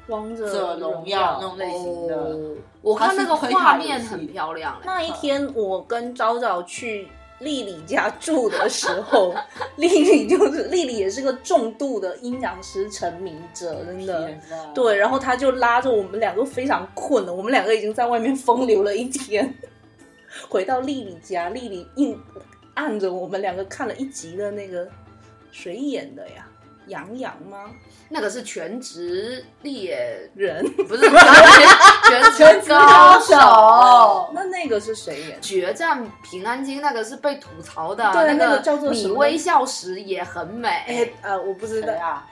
S2: 王
S1: 者
S2: 者
S1: 荣
S2: 荣
S1: 耀那
S2: 耀
S1: 种类型的，
S3: 哦我看那个画面很漂亮、欸，
S2: 那一天，我跟昭昭去丽丽家住的时 候，丽丽就是丽丽也是个重度的阴阳师沉迷者，真的。
S1: 天哪
S2: 对，然后他就拉着我们两个非常困了，我们两个已经在外面风流了一天， 回到丽丽家，丽丽硬按着我们两个看了一集的那个谁演的呀？杨洋吗？
S3: 那个是全职猎，
S2: 人？
S3: 不是全职全职高手。
S2: 那那个是谁演？
S3: 决战平安京那个是被吐槽的，啊
S2: 对那
S3: 个
S2: 个叫做
S3: 你
S2: 什么
S3: 微笑时也很美。
S2: 哎，呃，我不知
S1: 谁
S2: 道。
S1: 啊？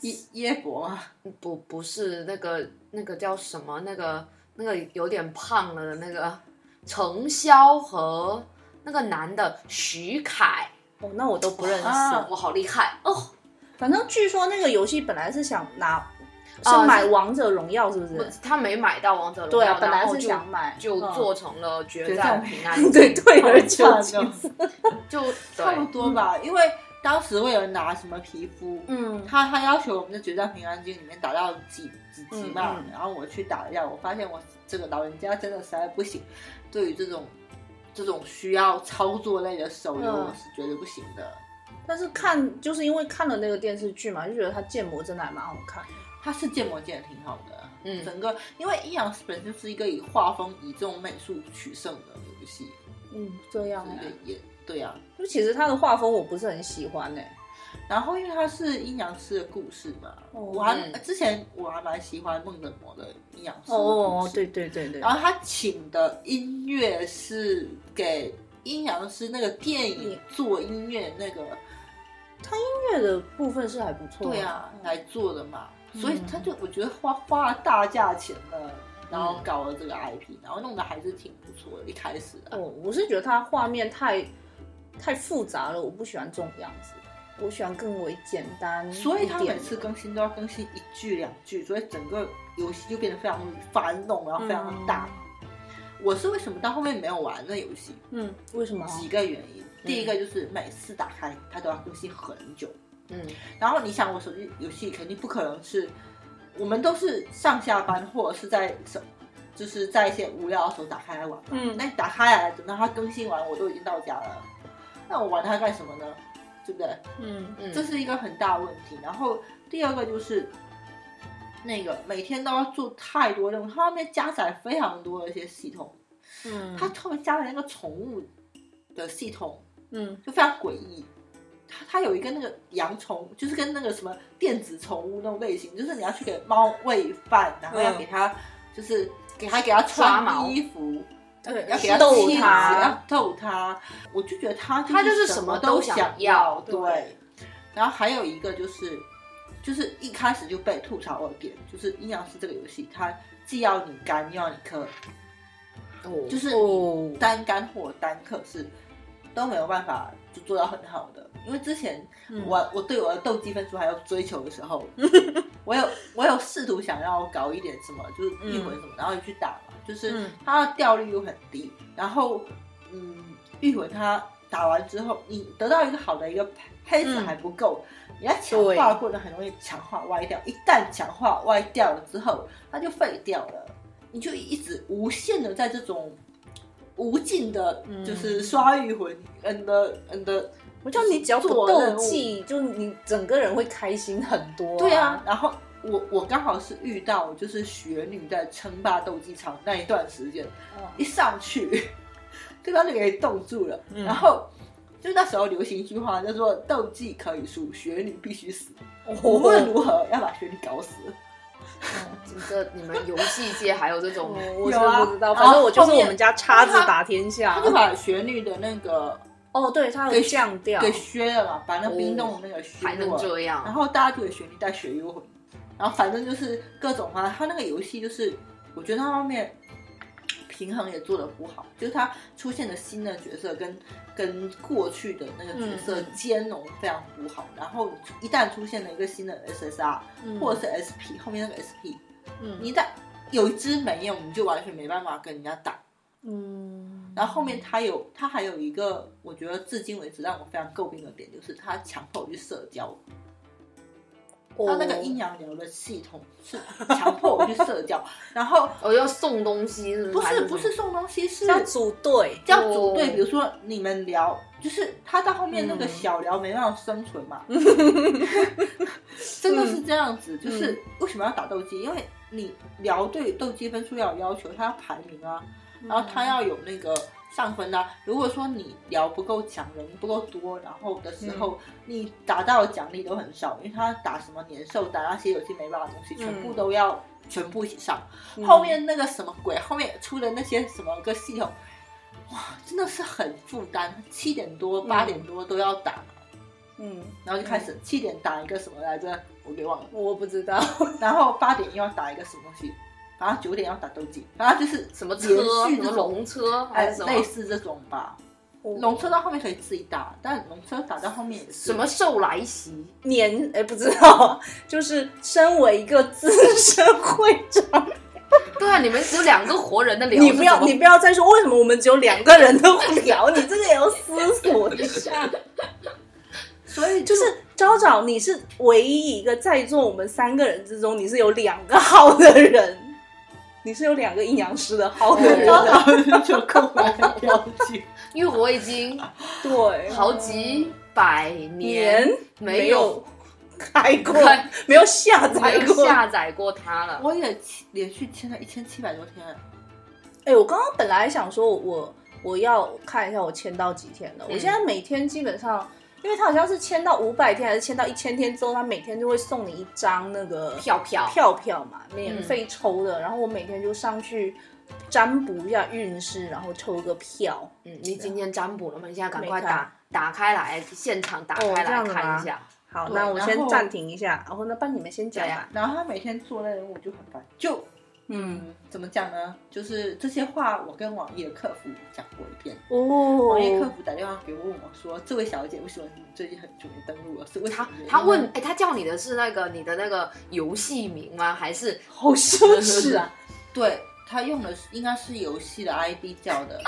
S1: 耶耶伯 吗？
S3: 不不是那个那个叫什么那个那个有点胖了的那个程潇和那个男的徐凯，
S2: 哦，那我都不认识。
S1: 啊
S3: 我好厉害哦！
S2: 反正据说那个游戏本来是想拿，是
S3: 啊
S2: 买
S3: 是
S2: 《王者荣耀》，是不
S3: 不
S2: 是？
S3: 他没买到王者荣
S2: 对
S3: 耀，
S2: 啊，本来
S3: 然后
S2: 是
S3: 就
S2: 想 买，
S3: 就
S2: 嗯
S3: 做成了决
S1: 决
S3: 战
S1: 战
S3: 平安
S2: 对
S3: 京
S2: 退而
S1: 惨
S2: 求
S1: 哦
S2: 其次。
S3: 就
S1: 差不
S3: 对
S1: 多吧，因为当时为了拿什么皮肤，
S2: 嗯，
S1: 他他要求我们在《决战平安京》里面打到几几级
S2: 嗯
S1: 嘛，
S2: 嗯
S1: 然后我去打了一下，我发现我这个老人家真的实在不行，对于这种这种需要操作类的手游，
S2: 嗯
S1: 我是绝对不行的。
S2: 但是看就是因为看了那个电视剧嘛，就觉得它建模真的还蛮好看。
S1: 它是建模建的挺好的，
S3: 嗯
S1: 整个因为《阴阳师》本身就是一个以画风以这种美术取胜的游戏，
S2: 嗯，这样
S1: 是
S2: 啊
S1: 一个也对呀、
S2: 就其实它的画风我不是很喜欢欸呢、
S1: 然后因为它是阴阳师的故事嘛，
S2: 哦
S1: 我还
S3: 嗯
S1: 之前我还蛮喜欢梦的魔的阴阳师的故
S2: 哦
S1: 事，
S2: 对对对对
S1: 然，后他请的音乐是给阴阳师那个电影做音乐那个，
S2: 音乐的部分是还不错。
S1: 对啊，来做的嘛，
S2: 嗯
S1: 所以他就我觉得花花了大价钱了，然后搞了这个 IP，然后弄得还是挺不错的，一开始啊
S2: 哦，我是觉得它画面太太复杂了，我不喜欢这种样子，我喜欢更为简单一点的。
S1: 所以他每次更新都要更新一句两句，所以整个游戏就变得非常繁荣，然后非常大。我是为什么到后面没有玩那游戏？
S2: 嗯，为什么？
S1: 几个原因，第一个就是每次打开它都要更新很久，
S3: 嗯
S1: 然后你想，我手机游戏肯定不可能是，我们都是上下班或者是在什，就是在一些无聊的时候打开来玩嘛。
S2: 嗯
S1: 那你打开来，等到它更新完，我都已经到家了，那我玩它干什么呢？对不对？
S2: 嗯
S3: 嗯，
S1: 这是一个很大的问题。然后第二个就是，那个每天都要做太多任务，它后面加载非常多的一些系统，
S2: 嗯，
S1: 它后面加了那个宠物的系统，
S2: 嗯
S1: 就非常诡异。它它有一个那个养宠，就是跟那个什么电子宠物那种类型，就是你要去给猫喂饭，然后要给它、就是给它给它
S3: 抓毛
S1: 穿衣服，
S2: 对
S1: 要给它
S2: 逗
S1: 亲
S2: 它
S1: 要逗它。我就觉得它
S3: 它就
S1: 就是什
S3: 什么
S1: 都
S3: 都想
S1: 要
S3: 要
S1: 对。
S2: 对
S1: 然后还有一个就是，就是一开始就被吐槽的点，就是《阴阳师》这个游戏，它既要你肝又要你克，
S3: 哦
S1: 就是
S2: 哦
S1: 单干或单克是都没有办法就做到很好的，因为之前
S2: 嗯
S1: 我、我对我的斗技分数还有追求的时 候，我有我有试图想要搞一点什么，就是一魂什么，然后去打嘛，就是
S2: 嗯
S1: 它的掉率又很低，然后嗯，一魂它打完之后，你得到一个好的一个黑子
S2: 嗯
S1: 还不够，你在强化的过程很容易强化歪掉，一旦强化歪掉了之后，它就废掉了，你就一直无限的在这种无尽的，
S2: 嗯
S1: 就是刷御魂，嗯的嗯的，
S2: 我叫你只要不
S1: 做
S2: 斗
S1: 任务
S2: 气，就你整个人会开心很多、
S1: 对啊，，然后。我我刚好是遇到就是雪女在称霸斗技场那一段时间，一上去，对方就给冻住了。
S2: 嗯
S1: 然后就那时候流行一句话叫做“斗技可以输，雪女必须死”，无
S2: 我
S1: 论如何要把雪女搞死。
S3: 这你们游戏界还有这种
S2: 我是
S1: 有啊
S2: 不知道，
S1: 然
S2: 反正
S1: 后
S2: 我就是
S1: 后面
S2: 我们家叉子打天下
S1: 他。就把雪女的那个
S2: 哦，对，它有
S1: 给
S2: 降掉，
S1: 给削了嘛，把那冰冻的那个削
S3: 还能
S1: 了，
S3: 这
S1: 然
S3: 样，
S2: 哦
S1: 后大家就给雪女带血幽魂，然后反正就是各种啊，他那个游戏就是，我觉得他后面。平衡也做得不好，就是他出现的新的角色跟跟过去的那个角色
S2: 嗯嗯
S1: 兼容非常不好，然后一旦出现了一个新的 SSR
S2: 嗯
S1: 或者是 SP 后面那个 SP，
S2: 嗯
S1: 你打有一只没有，你就完全没办法跟人家打。
S2: 嗯，
S1: 然后后面他有他还有一个，我觉得至今为止让我非常诟病的点，就是他强迫我去社交。
S2: 哦
S1: 他那个阴阳聊的系统是强迫我去社交，然后
S3: 我哦要送东西是
S1: 不
S3: 还
S1: 是
S3: 是
S1: 不是送东西，是
S2: 哦要组队，
S1: 叫组
S3: 哦
S1: 队，比如说你们聊，就是他到后面那个
S2: 嗯
S1: 小聊没办法生存 嘛，真的是这样子。
S2: 嗯
S1: 就是为什么要打斗鸡？因为
S2: 嗯
S1: 你聊对斗鸡分数要有要求，他要排名啊，然后他要有那个上分啦、如果说你聊不够强，人不够多，然后的时
S2: 嗯
S1: 候、你打到的奖励都很少，因为他打什么年兽，打那些有些没办法的东西，全部
S2: 嗯
S1: 都要全部一起上。
S2: 嗯
S1: 后面那个什么鬼，后面出的那些什么个系统，哇，真的是很负担，七点多八点多都要打。
S2: 嗯，
S1: 然后就开始七点打一个什么来着，我给忘了。
S2: 我不知道，
S1: 然后八点又要打一个什么东西，然后九点要打斗技，然后就是
S3: 什么
S1: 连
S3: 车，
S1: 续
S3: 什
S1: 这
S3: 么
S1: 种，
S3: 龙车
S1: 哎
S3: 还是什，
S1: 类
S3: 么
S1: 似这种吧。
S2: 我
S1: 龙车到后面可以自己打，但龙车打到后面也是
S3: 什么兽来袭，
S2: 年哎不知道， 就是身为一个资深会长，
S3: 对啊，你们只有两个活人的聊，
S2: 你不要
S3: 是怎
S2: 你
S3: 么
S2: 不要再说为什么我们只有两个人都聊，你这个也要思索一下。
S1: 所以
S2: 就是昭昭，你是唯一一个在座我们三个人之中，你是有两个好的人，你是有两个阴阳师的好的人
S3: 哦
S1: 高
S2: 的。
S1: 老就空来标记，
S3: 因为我已经
S2: 对，
S3: 好几百年
S2: 年
S3: 没有
S2: 有开过
S3: 开，
S2: 没有下
S3: 没
S2: 载
S3: 有
S2: 过。
S3: 下载过它了。
S1: 我也连续签了一千七百多天，
S2: 哎，我刚刚本来想说我我要看一下我签到几天了，我
S3: 嗯
S2: 现在每天基本上。因为他好像是签到五百天还是签到一千天之后，他每天就会送你一张那个
S3: 票票
S2: 票票嘛，
S1: 嗯
S2: 免费抽的。然后我每天就上去占卜一下运势，然后抽个票。
S3: 嗯，你今天占卜了吗？你现在赶
S2: 啊没
S3: 快
S2: 看
S3: 打打开来，现场打
S2: 哦
S3: 开
S2: 这
S3: 来
S2: 样子
S3: 看
S2: 吗
S3: 一下。
S2: 好，
S1: 对
S2: 那我
S1: 然
S2: 先
S1: 后
S2: 暂停一下，然后那帮你们先讲
S3: 对
S2: 吧
S3: 啊。
S1: 然后他每天做那任务就很烦，就
S2: 嗯，
S1: 嗯，怎么讲呢？就是这些话我跟网易的客服讲过一遍。
S2: 哦
S1: 网页客服打电话给我问我说：“这位小姐，为什么你最近很久没登录了？是为什
S3: 他
S1: 么原因呢？”
S3: 他
S2: 嗯
S3: 问，哎，他叫你的是那个你的那个游戏名吗？还是
S2: 好羞耻 啊！
S1: 对他用的是应该是游戏的 ID 叫 的，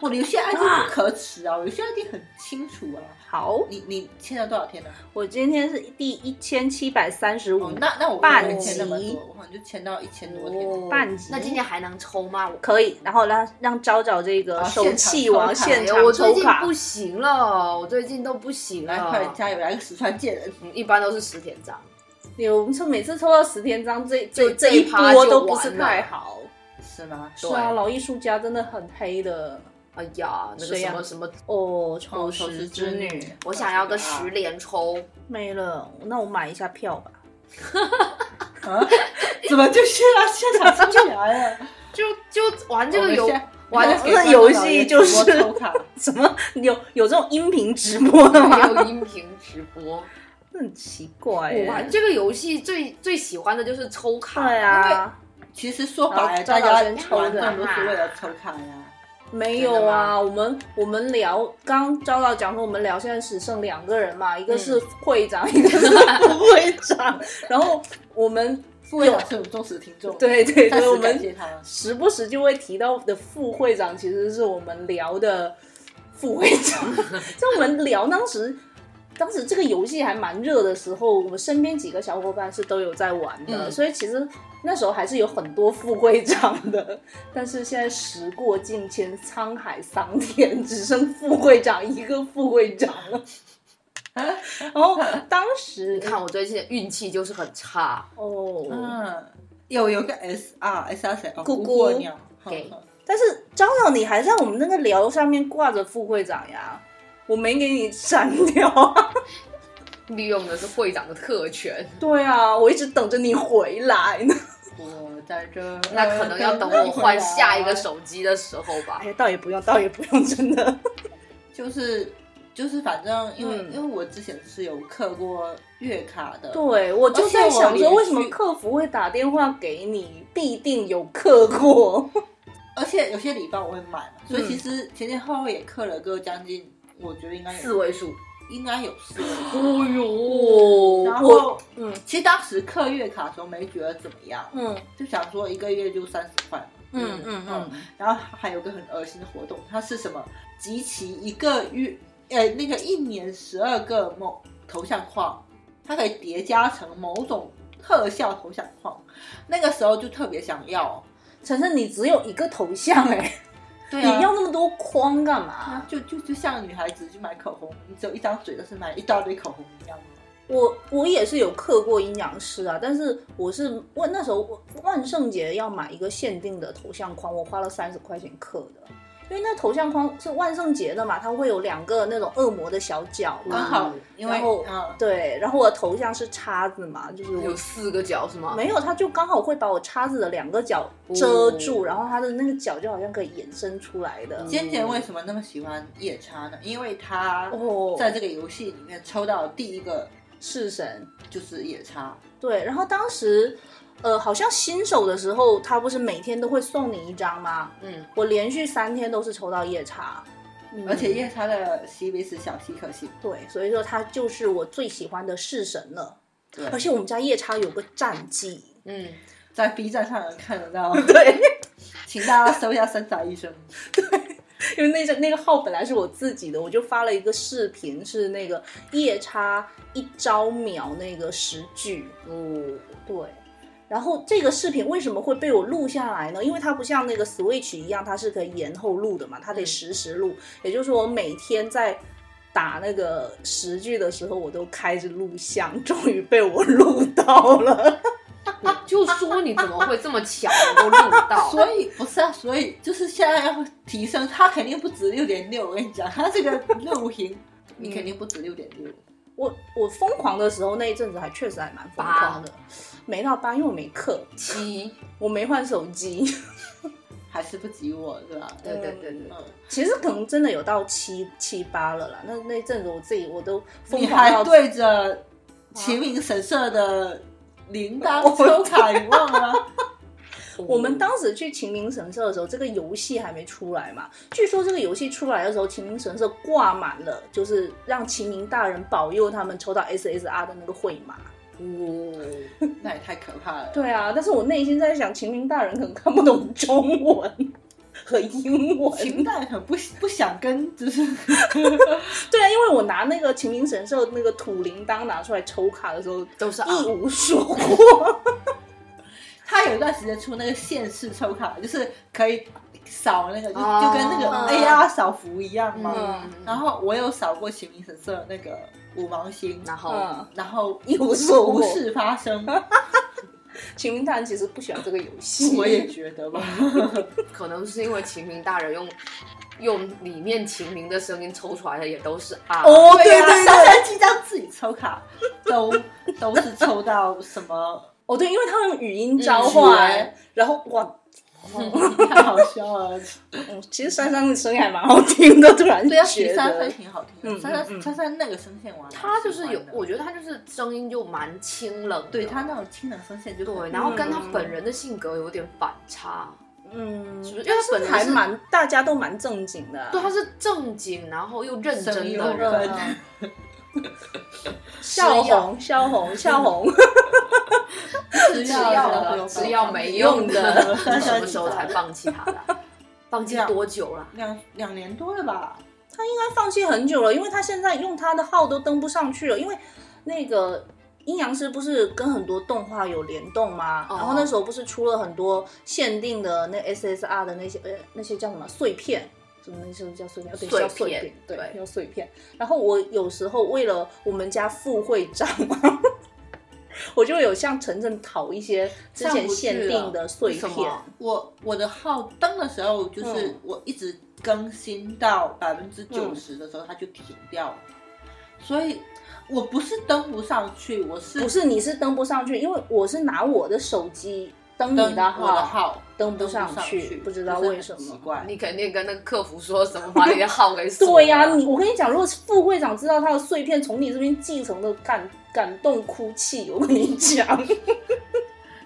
S1: 我的游戏 ID 不可耻啊，我游戏 ID 很清楚啊。
S2: 好，
S1: 你你签了多少天呢？
S2: 我今天是第一千七百三十
S1: 哦
S3: 嗯
S2: 五，，
S1: 那那我
S2: 半
S1: 没签那么
S2: 级
S1: 多，我可能就签到一千多天。
S3: 哦
S2: 半级
S3: 那今天还能抽吗？我
S2: 可以。然后让让昭昭这个
S1: 啊
S2: 手气王
S1: 现
S2: 现
S3: 哎
S2: 场
S3: 呦我最
S2: 抽
S3: 近
S2: 卡
S3: 不，行了，我最近都不行
S1: 来，快点
S3: 了。
S1: 加油，来个石川借人。
S3: 嗯，一般都是十天章，
S2: 你我们抽每次抽到十天章，这这
S3: 这
S2: 这一
S3: 这一趴
S2: 波
S3: 就
S2: 都不是
S3: 完了
S2: 太好。
S1: 是吗？
S2: 是啊，
S3: 对
S2: 老艺术家真的很黑的
S3: 哎呀，那个
S2: 谁呀
S3: 什么什么，
S2: 哦。
S1: 哦
S2: 丑时之女
S3: 我想要个十连抽，
S2: 没了，那我买一下票吧。
S1: 啊？ 怎么就是啊？现场抽起来了，
S3: 就就玩这个游
S1: 我们现在
S3: 玩
S1: 那给
S2: 这
S1: 观众
S2: 游
S1: 老爷
S2: 戏
S1: 直
S2: 就是
S1: 播抽卡。
S2: 什么有有这种音频直播的吗？
S3: 有音频直 播。
S2: 很奇怪
S3: 我
S2: 耶、
S3: 玩这个游戏最最喜欢的就是抽卡，
S2: 对啊，
S1: 其实说白了，
S2: 然
S1: 大
S2: 后抓到
S1: 家
S2: 先抽
S1: 玩
S2: 着
S1: 更多是为了抽卡呀。
S2: 没
S3: 真
S2: 有
S3: 的
S2: 啊，
S3: 吗
S2: 我们我们聊，刚刚昭昭讲说我们聊，现在只剩两个人嘛，一个
S3: 嗯
S2: 是会长， 一个是副会长，然后我们
S1: 副会长是我们忠实听众，
S2: 对对
S1: 再
S2: 对，
S1: 次
S2: 我
S1: 感
S2: 们
S1: 谢他。
S2: 时不时就会提到的副会长，其实是我们聊的副会长。 就我们聊当时，当时这个游戏还蛮热的时候，我们身边几个小伙伴是都有在玩的，
S3: 嗯
S2: 所以其实那时候还是有很多副会长的。但是现在时过境迁，沧海桑田，只剩副会长一个副会长了。 然后当时
S3: 你看我最近的运气就是很差，
S2: 哦，
S1: 嗯，有有个 S R S R 谁？哦
S2: 姑姑
S1: 姑娘，
S3: 给
S1: 哼哼
S2: 但是张总，你还在我们那个聊上面挂着副会长呀，我没给你删掉 啊。
S3: 利用的是会长的特权，
S2: 对啊，我一直等着你回来呢。
S1: 我在这儿，
S2: 嗯
S3: 那可能要等我换下
S1: 啊
S3: 一个手机的时候吧
S2: 哎。呀，倒也不用，倒也不用，真的。
S1: 就是。就是反正因为、
S2: 嗯
S1: 因为我之前是有刻过月卡的，
S2: 对，我就在想说，为什么客服会打电话给你，必定有客过。
S1: 而且有些礼包我会买嘛，所以
S2: 嗯
S1: 其实前前后后也刻了个将近，我觉得应该
S3: 四
S1: 有
S3: 位数，
S1: 应该有四位
S3: 哦
S1: 数。
S3: 哟
S1: 然
S2: 哎我
S1: 后
S2: 嗯
S1: 其实当时刻月卡的时候没觉得怎么样，
S2: 嗯
S1: 就想说一个月就三十块嘛，
S2: 嗯嗯嗯，
S1: 然后还有个很恶心的活动，它是什么？集齐一个月，呃，那个一年十二个某头像框，它可以叠加成某种特效头像框。那个时候就特别想要，
S2: 晨晨，你只有一个头像哎、
S1: 对
S2: 你
S1: 啊，
S2: 要那么多框干嘛
S1: 啊？就就就像女孩子去买口红，你只有一张嘴，但是买一大堆口红一样。
S2: 我我也是有刻过阴阳师啊，但是我是问那时候万圣节要买一个限定的头像框，我花了三十块钱刻的，因为那头像框是万圣节的嘛，它会有两个那种恶魔的小角嘛，
S1: 刚好
S3: 嗯
S1: 因为
S2: 然后
S1: 嗯，
S2: 对，然后我的头像是叉子嘛，就是我
S3: 有四个角是吗？
S2: 没有，它就刚好会把我叉子的两个角遮住，
S3: 哦
S2: 然后它的那个角就好像可以延伸出来的。
S3: 嗯
S1: 尖尖为什么那么喜欢夜叉呢？因为他
S2: 哦，
S1: 在这个游戏里面抽到第一个
S2: 式神，
S1: 就是夜叉，
S2: 对，然后当时。呃，好像新手的时候，他不是每天都会送你一张吗？
S3: 嗯，
S2: 我连续三天都是抽到夜叉，嗯
S1: 而且夜叉的 CV 是小西可西，
S2: 对，所以说他就是我最喜欢的式神了。
S1: 对
S2: 而且我们家夜叉有个战绩，
S3: 嗯，
S1: 在 B 站上能看得到，
S2: 对，
S1: 请大家搜一下森仔医 生。
S2: 因为那个那个号本来是我自己的，我就发了一个视频，是那个夜叉一招秒那个十句，
S3: 哦，
S2: 对。然后这个视频为什么会被我录下来呢？因为它不像那个 Switch 一样，它是可以延后录的嘛，它得
S3: 嗯
S2: 实时录。也就是说，我每天在打那个十句的时候，我都开着录像， 终于被我录到了。
S3: 我就说你怎么会这么巧能够录 到？
S1: 所以不是啊，所以就是现在要提升，它肯定不止六点六。我跟你讲，它这个路行，你肯定不止六点六。
S2: 我我疯狂的时候那一阵子还确实还蛮疯
S1: 哦
S2: 狂的，没到八，因为我没课，
S3: 七，
S2: 我没换手机。
S1: 还是不及我是吧？
S3: 对对对对，
S1: 嗯，
S2: 其实可能真的有到七七八了啦。那那一阵子我自己我都疯
S1: 你
S2: 狂
S1: 还
S2: 到
S1: 对着秦岭神社的铃铛抽卡，你忘了吗？
S2: 嗯我们当时去秦明神社的时候，这个游戏还没出来嘛。据说这个游戏出来的时候，秦明神社挂满了，就是让秦明大人保佑他们抽到 SSR 的那个会码。
S3: 哦，
S1: 那也太可怕了。
S2: 对啊，但是我内心在想，秦明大人可能看不懂中文和英文。
S1: 秦代很不不想跟， 就是
S2: 对啊，因为我拿那个秦明神社那个土铃铛拿出来抽卡的时候，
S3: 都是
S2: 一
S3: 啊，
S2: 无所获。
S1: 他有一段时间出那个限式抽卡，就是可以扫那个，就
S3: 哦
S1: 就跟那个 AR 扫符一样嘛。
S2: 嗯
S1: 然后我有扫过秦明神社那个五芒星，
S3: 然后
S2: 嗯，
S1: 然后
S2: 一无所
S1: 无
S2: 获
S1: 事发 生，
S2: 秦明大人其实不喜欢这个游戏。
S1: 我也觉得吧。
S3: 可能是因为秦明大人用用里面秦明的声音抽出来的也都是啊，
S2: 哦，对
S1: 啊，
S2: 对
S1: 上
S2: 对，
S1: 山记章自己抽卡都都是抽到什么，
S2: 哦对，因为他用语音召唤，
S1: 嗯
S2: 然后哇，
S3: 嗯
S1: 太好笑啊 了。
S2: 嗯，其实珊珊的声音还蛮好听的，突然
S1: 对啊，其
S2: 觉
S1: 实珊珊
S2: 得，
S1: 挺好听
S2: 嗯
S1: 的，珊
S2: 嗯嗯
S1: 珊珊珊那个声线我还蛮喜欢的，
S3: 他就是有，我觉得他就是声音就蛮清冷的，
S1: 对他那种清冷声线就很
S3: 对，然后跟他
S2: 嗯
S3: 本人的性格有点反差，
S2: 嗯，
S3: 是不是？因为他本人
S2: 还
S3: 是
S2: 蛮大家都蛮正经的啊，
S3: 对，他是正经，然后又认
S1: 声
S3: 真
S1: 优
S3: 的人，
S1: 分
S2: 嗯笑红笑红笑红，
S1: 吃
S3: 吃
S1: 药
S3: 药
S1: 了，
S3: 了，吃药没
S1: 用
S3: 用的，
S1: 珊
S3: 什
S1: 珊
S3: 么时候才放弃他的？放弃多久了？
S1: 两两年多了吧？
S2: 他放弃很久了，因为他现在用他的号都登不上去了，因为那个。阴阳师不是跟很多动画有联动吗？
S3: 哦
S2: 然后那时候不是出了很多限定的那 SSR 的那些呃那些叫什么碎片，什么那些叫碎片，哦对，
S3: 碎
S2: 叫
S3: 片
S2: 碎片，对，
S3: 对
S2: 叫碎片。然后我有时候为了我们家副会长嘛， 我就有向晨晨讨一些之前限定的碎
S3: 什
S2: 片，
S3: 么？
S1: 我我的号登的时候，就是
S2: 嗯
S1: 我一直更新到百分之九十的时候，它就停掉了。所以我不是登不上去，我是
S2: 不是你是登不上去，因为我是拿我的手机登你
S1: 登
S2: 的
S1: 我的号
S2: 登不
S1: 不
S2: 上去
S1: 去，
S2: 不知道
S1: 就是
S2: 为什
S1: 很
S2: 么
S1: 奇怪。
S3: 你肯定跟那个客服说什么把你的号给锁了
S2: 对啊呀、你我跟你讲，如果是副会长知道他的碎片从你这边继承的感感动哭泣，我跟你讲，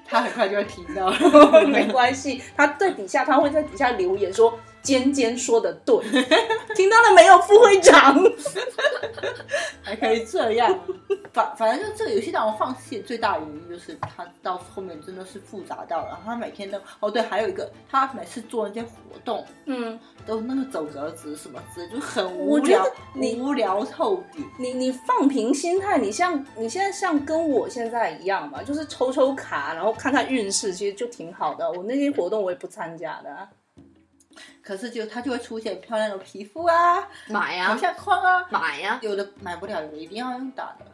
S1: 他很快就会听 到了。
S2: 没关系，他在底下他会在底下留言说尖尖说的对，听到了没有，副会长？
S1: 还可以这样。反反正就这个游戏让我放弃最大的原因就是它到后面真的是复杂到了，然后它每天都哦对，还有一个它每次做那些活动
S2: 嗯，
S1: 都那个走折子什么之类，就很无
S2: 我觉
S1: 聊
S2: 得，你
S1: 无聊透顶。
S2: 你你放平心态，你像你现在像跟我现在一样吧，就是抽抽卡，然后看看运势，其实就挺好的。我那些活动我也不参加的啊、
S1: 可是就它就会出现漂亮的皮肤啊、
S2: 哎
S3: 买
S1: 头
S3: 呀
S1: 像框啊，
S3: 买呀，
S1: 有的买不了，有的一定要用打的。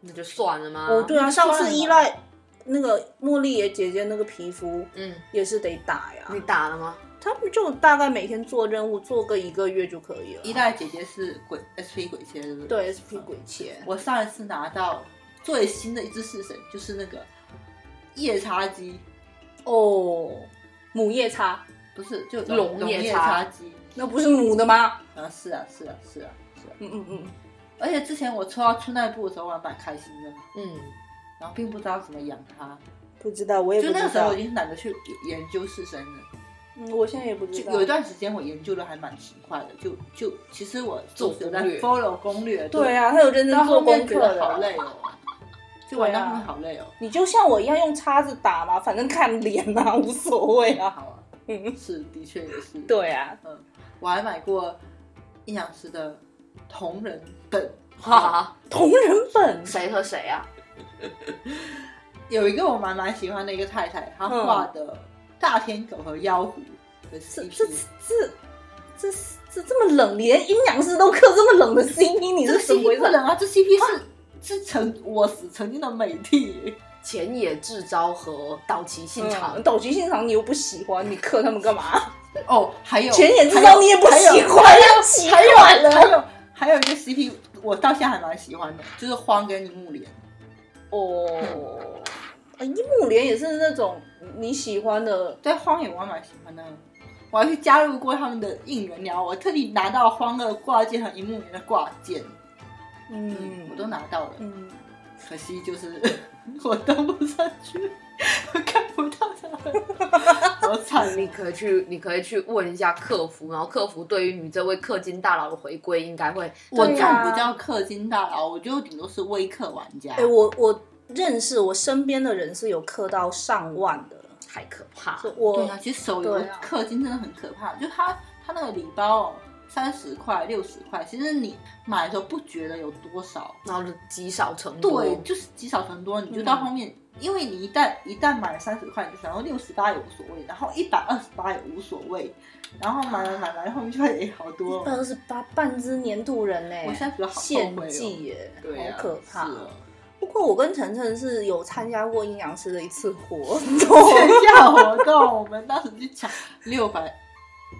S3: 那就算了嘛。
S2: 哦，对啊，
S1: 那
S2: 上
S1: 算
S2: 次
S1: 了
S2: 依赖那个茉莉也姐姐那个皮肤
S3: 嗯，
S2: 也是得打呀。
S3: 你打了吗？
S2: 他们就大概每天做任务做个一个月就可以了。
S1: 一代姐姐是鬼 SP 鬼切，对不对？
S2: 对 SP 鬼切，
S1: 我上一次拿到最新的一只式神就是那个夜叉鸡，
S2: 哦，母夜叉
S1: 不是就
S3: 龙
S1: 龙
S3: 夜
S1: 夜
S3: 叉
S1: 叉鸡
S2: 那不是母的吗？
S1: 啊，是啊是啊是啊是啊，
S2: 嗯嗯嗯，
S1: 而且之前我抽到春奈部的时候，我还蛮开心的，
S3: 嗯，
S1: 然后并不知道怎么养它，
S2: 不知道，我也
S1: 就
S2: 不
S1: 那个
S2: 知
S1: 时候
S2: 道
S1: 我已。经懒得去研究式神了。
S2: 嗯，我现在也不知
S1: 就
S2: 道。
S1: 有一段时间我研究的还蛮勤快的，就就其实我
S3: 做
S1: 有
S3: 攻
S1: 在
S3: 略
S1: follow 攻略，
S2: 对，啊，他有认
S1: 到
S2: 真
S1: 后
S2: 做
S1: 面
S2: 功
S1: 觉
S2: 课
S1: 得
S2: 的
S1: 好累 哦，就玩到
S2: 对啊
S1: 后面好累 哦，
S2: 你就像我一样用叉子打嘛，反正看脸啊，无所谓
S1: 那
S2: 啊。
S1: 好啊，
S2: 嗯，
S1: 是的确也是，，
S2: 对啊，
S1: 嗯，我还买过阴阳师的同人本，
S3: 哈哈，
S2: 同人 本
S3: 谁和谁啊？
S1: 有一个我蛮蛮喜欢的一个太太，她
S2: 嗯
S1: 画的大天狗和妖狐的
S2: 是
S1: CP，
S2: 是是这这这么冷，连阴阳师都刻这么冷的 CP，你
S1: 这个
S2: 是什么回
S1: CP
S2: 事
S1: 不？能啊，这 CP 是是曾我死曾经的美帝，
S3: 前野智昭和岛崎信长
S2: 嗯，斗鸡现场你又不喜欢，你刻他们干嘛？
S1: 哦，还有
S2: 全眼之
S1: 还
S2: 道
S1: 有
S2: 你也不
S1: 还有
S2: 喜 欢，要奇
S1: 还有
S2: 怪
S1: 还
S2: 了。
S1: 有还有一个 CP，我到现在还蛮喜欢的，就是荒跟樱木莲。
S2: 哦，啊，樱木莲也是那种你喜欢的，
S1: 对荒野我还蛮喜欢的，我还去加入过他们的应援聊，我特地拿到荒的挂件和樱木莲的挂件，嗯，
S2: 嗯，
S1: 我都拿到了，
S2: 嗯，
S1: 可惜就是 我登不上去，我看不到他们， 好惨
S3: 你可以去，你可以去问一下客服，然后客服对于你这位氪金大佬的回归，应该会
S1: 我
S2: 对
S1: 就
S2: 啊
S1: 不叫氪金大佬，我就顶多是微氪玩家。
S2: 哎、我我认识我身边的人是有刻到上万的，
S3: 太可怕
S2: 就
S3: 了。
S2: 我
S1: 对啊，其实手游
S2: 对啊
S1: 氪金真的很可怕，就它它那个礼包三十块、六十块，其实你买的时候不觉得有多少，
S3: 然后就积少成多，
S1: 对，就是积少成多，你就到后面，因为你一旦一旦买了三十块，你就想要六十八也无所谓，然后一百二十八也无所谓，然后买来买来后面就会哎好多
S2: 一百
S1: 哦，
S2: 二十八半只年度人呢、
S1: 我现在觉得好后
S2: 献
S1: 悔
S2: 祭
S1: 哦。
S2: 耶，
S1: 对啊
S2: 好可怕、
S1: 是哦
S2: 不过我跟晨晨是有参加过阴阳师的一次活
S1: 线
S2: 动，
S1: 下活动，我们当时去抢六百，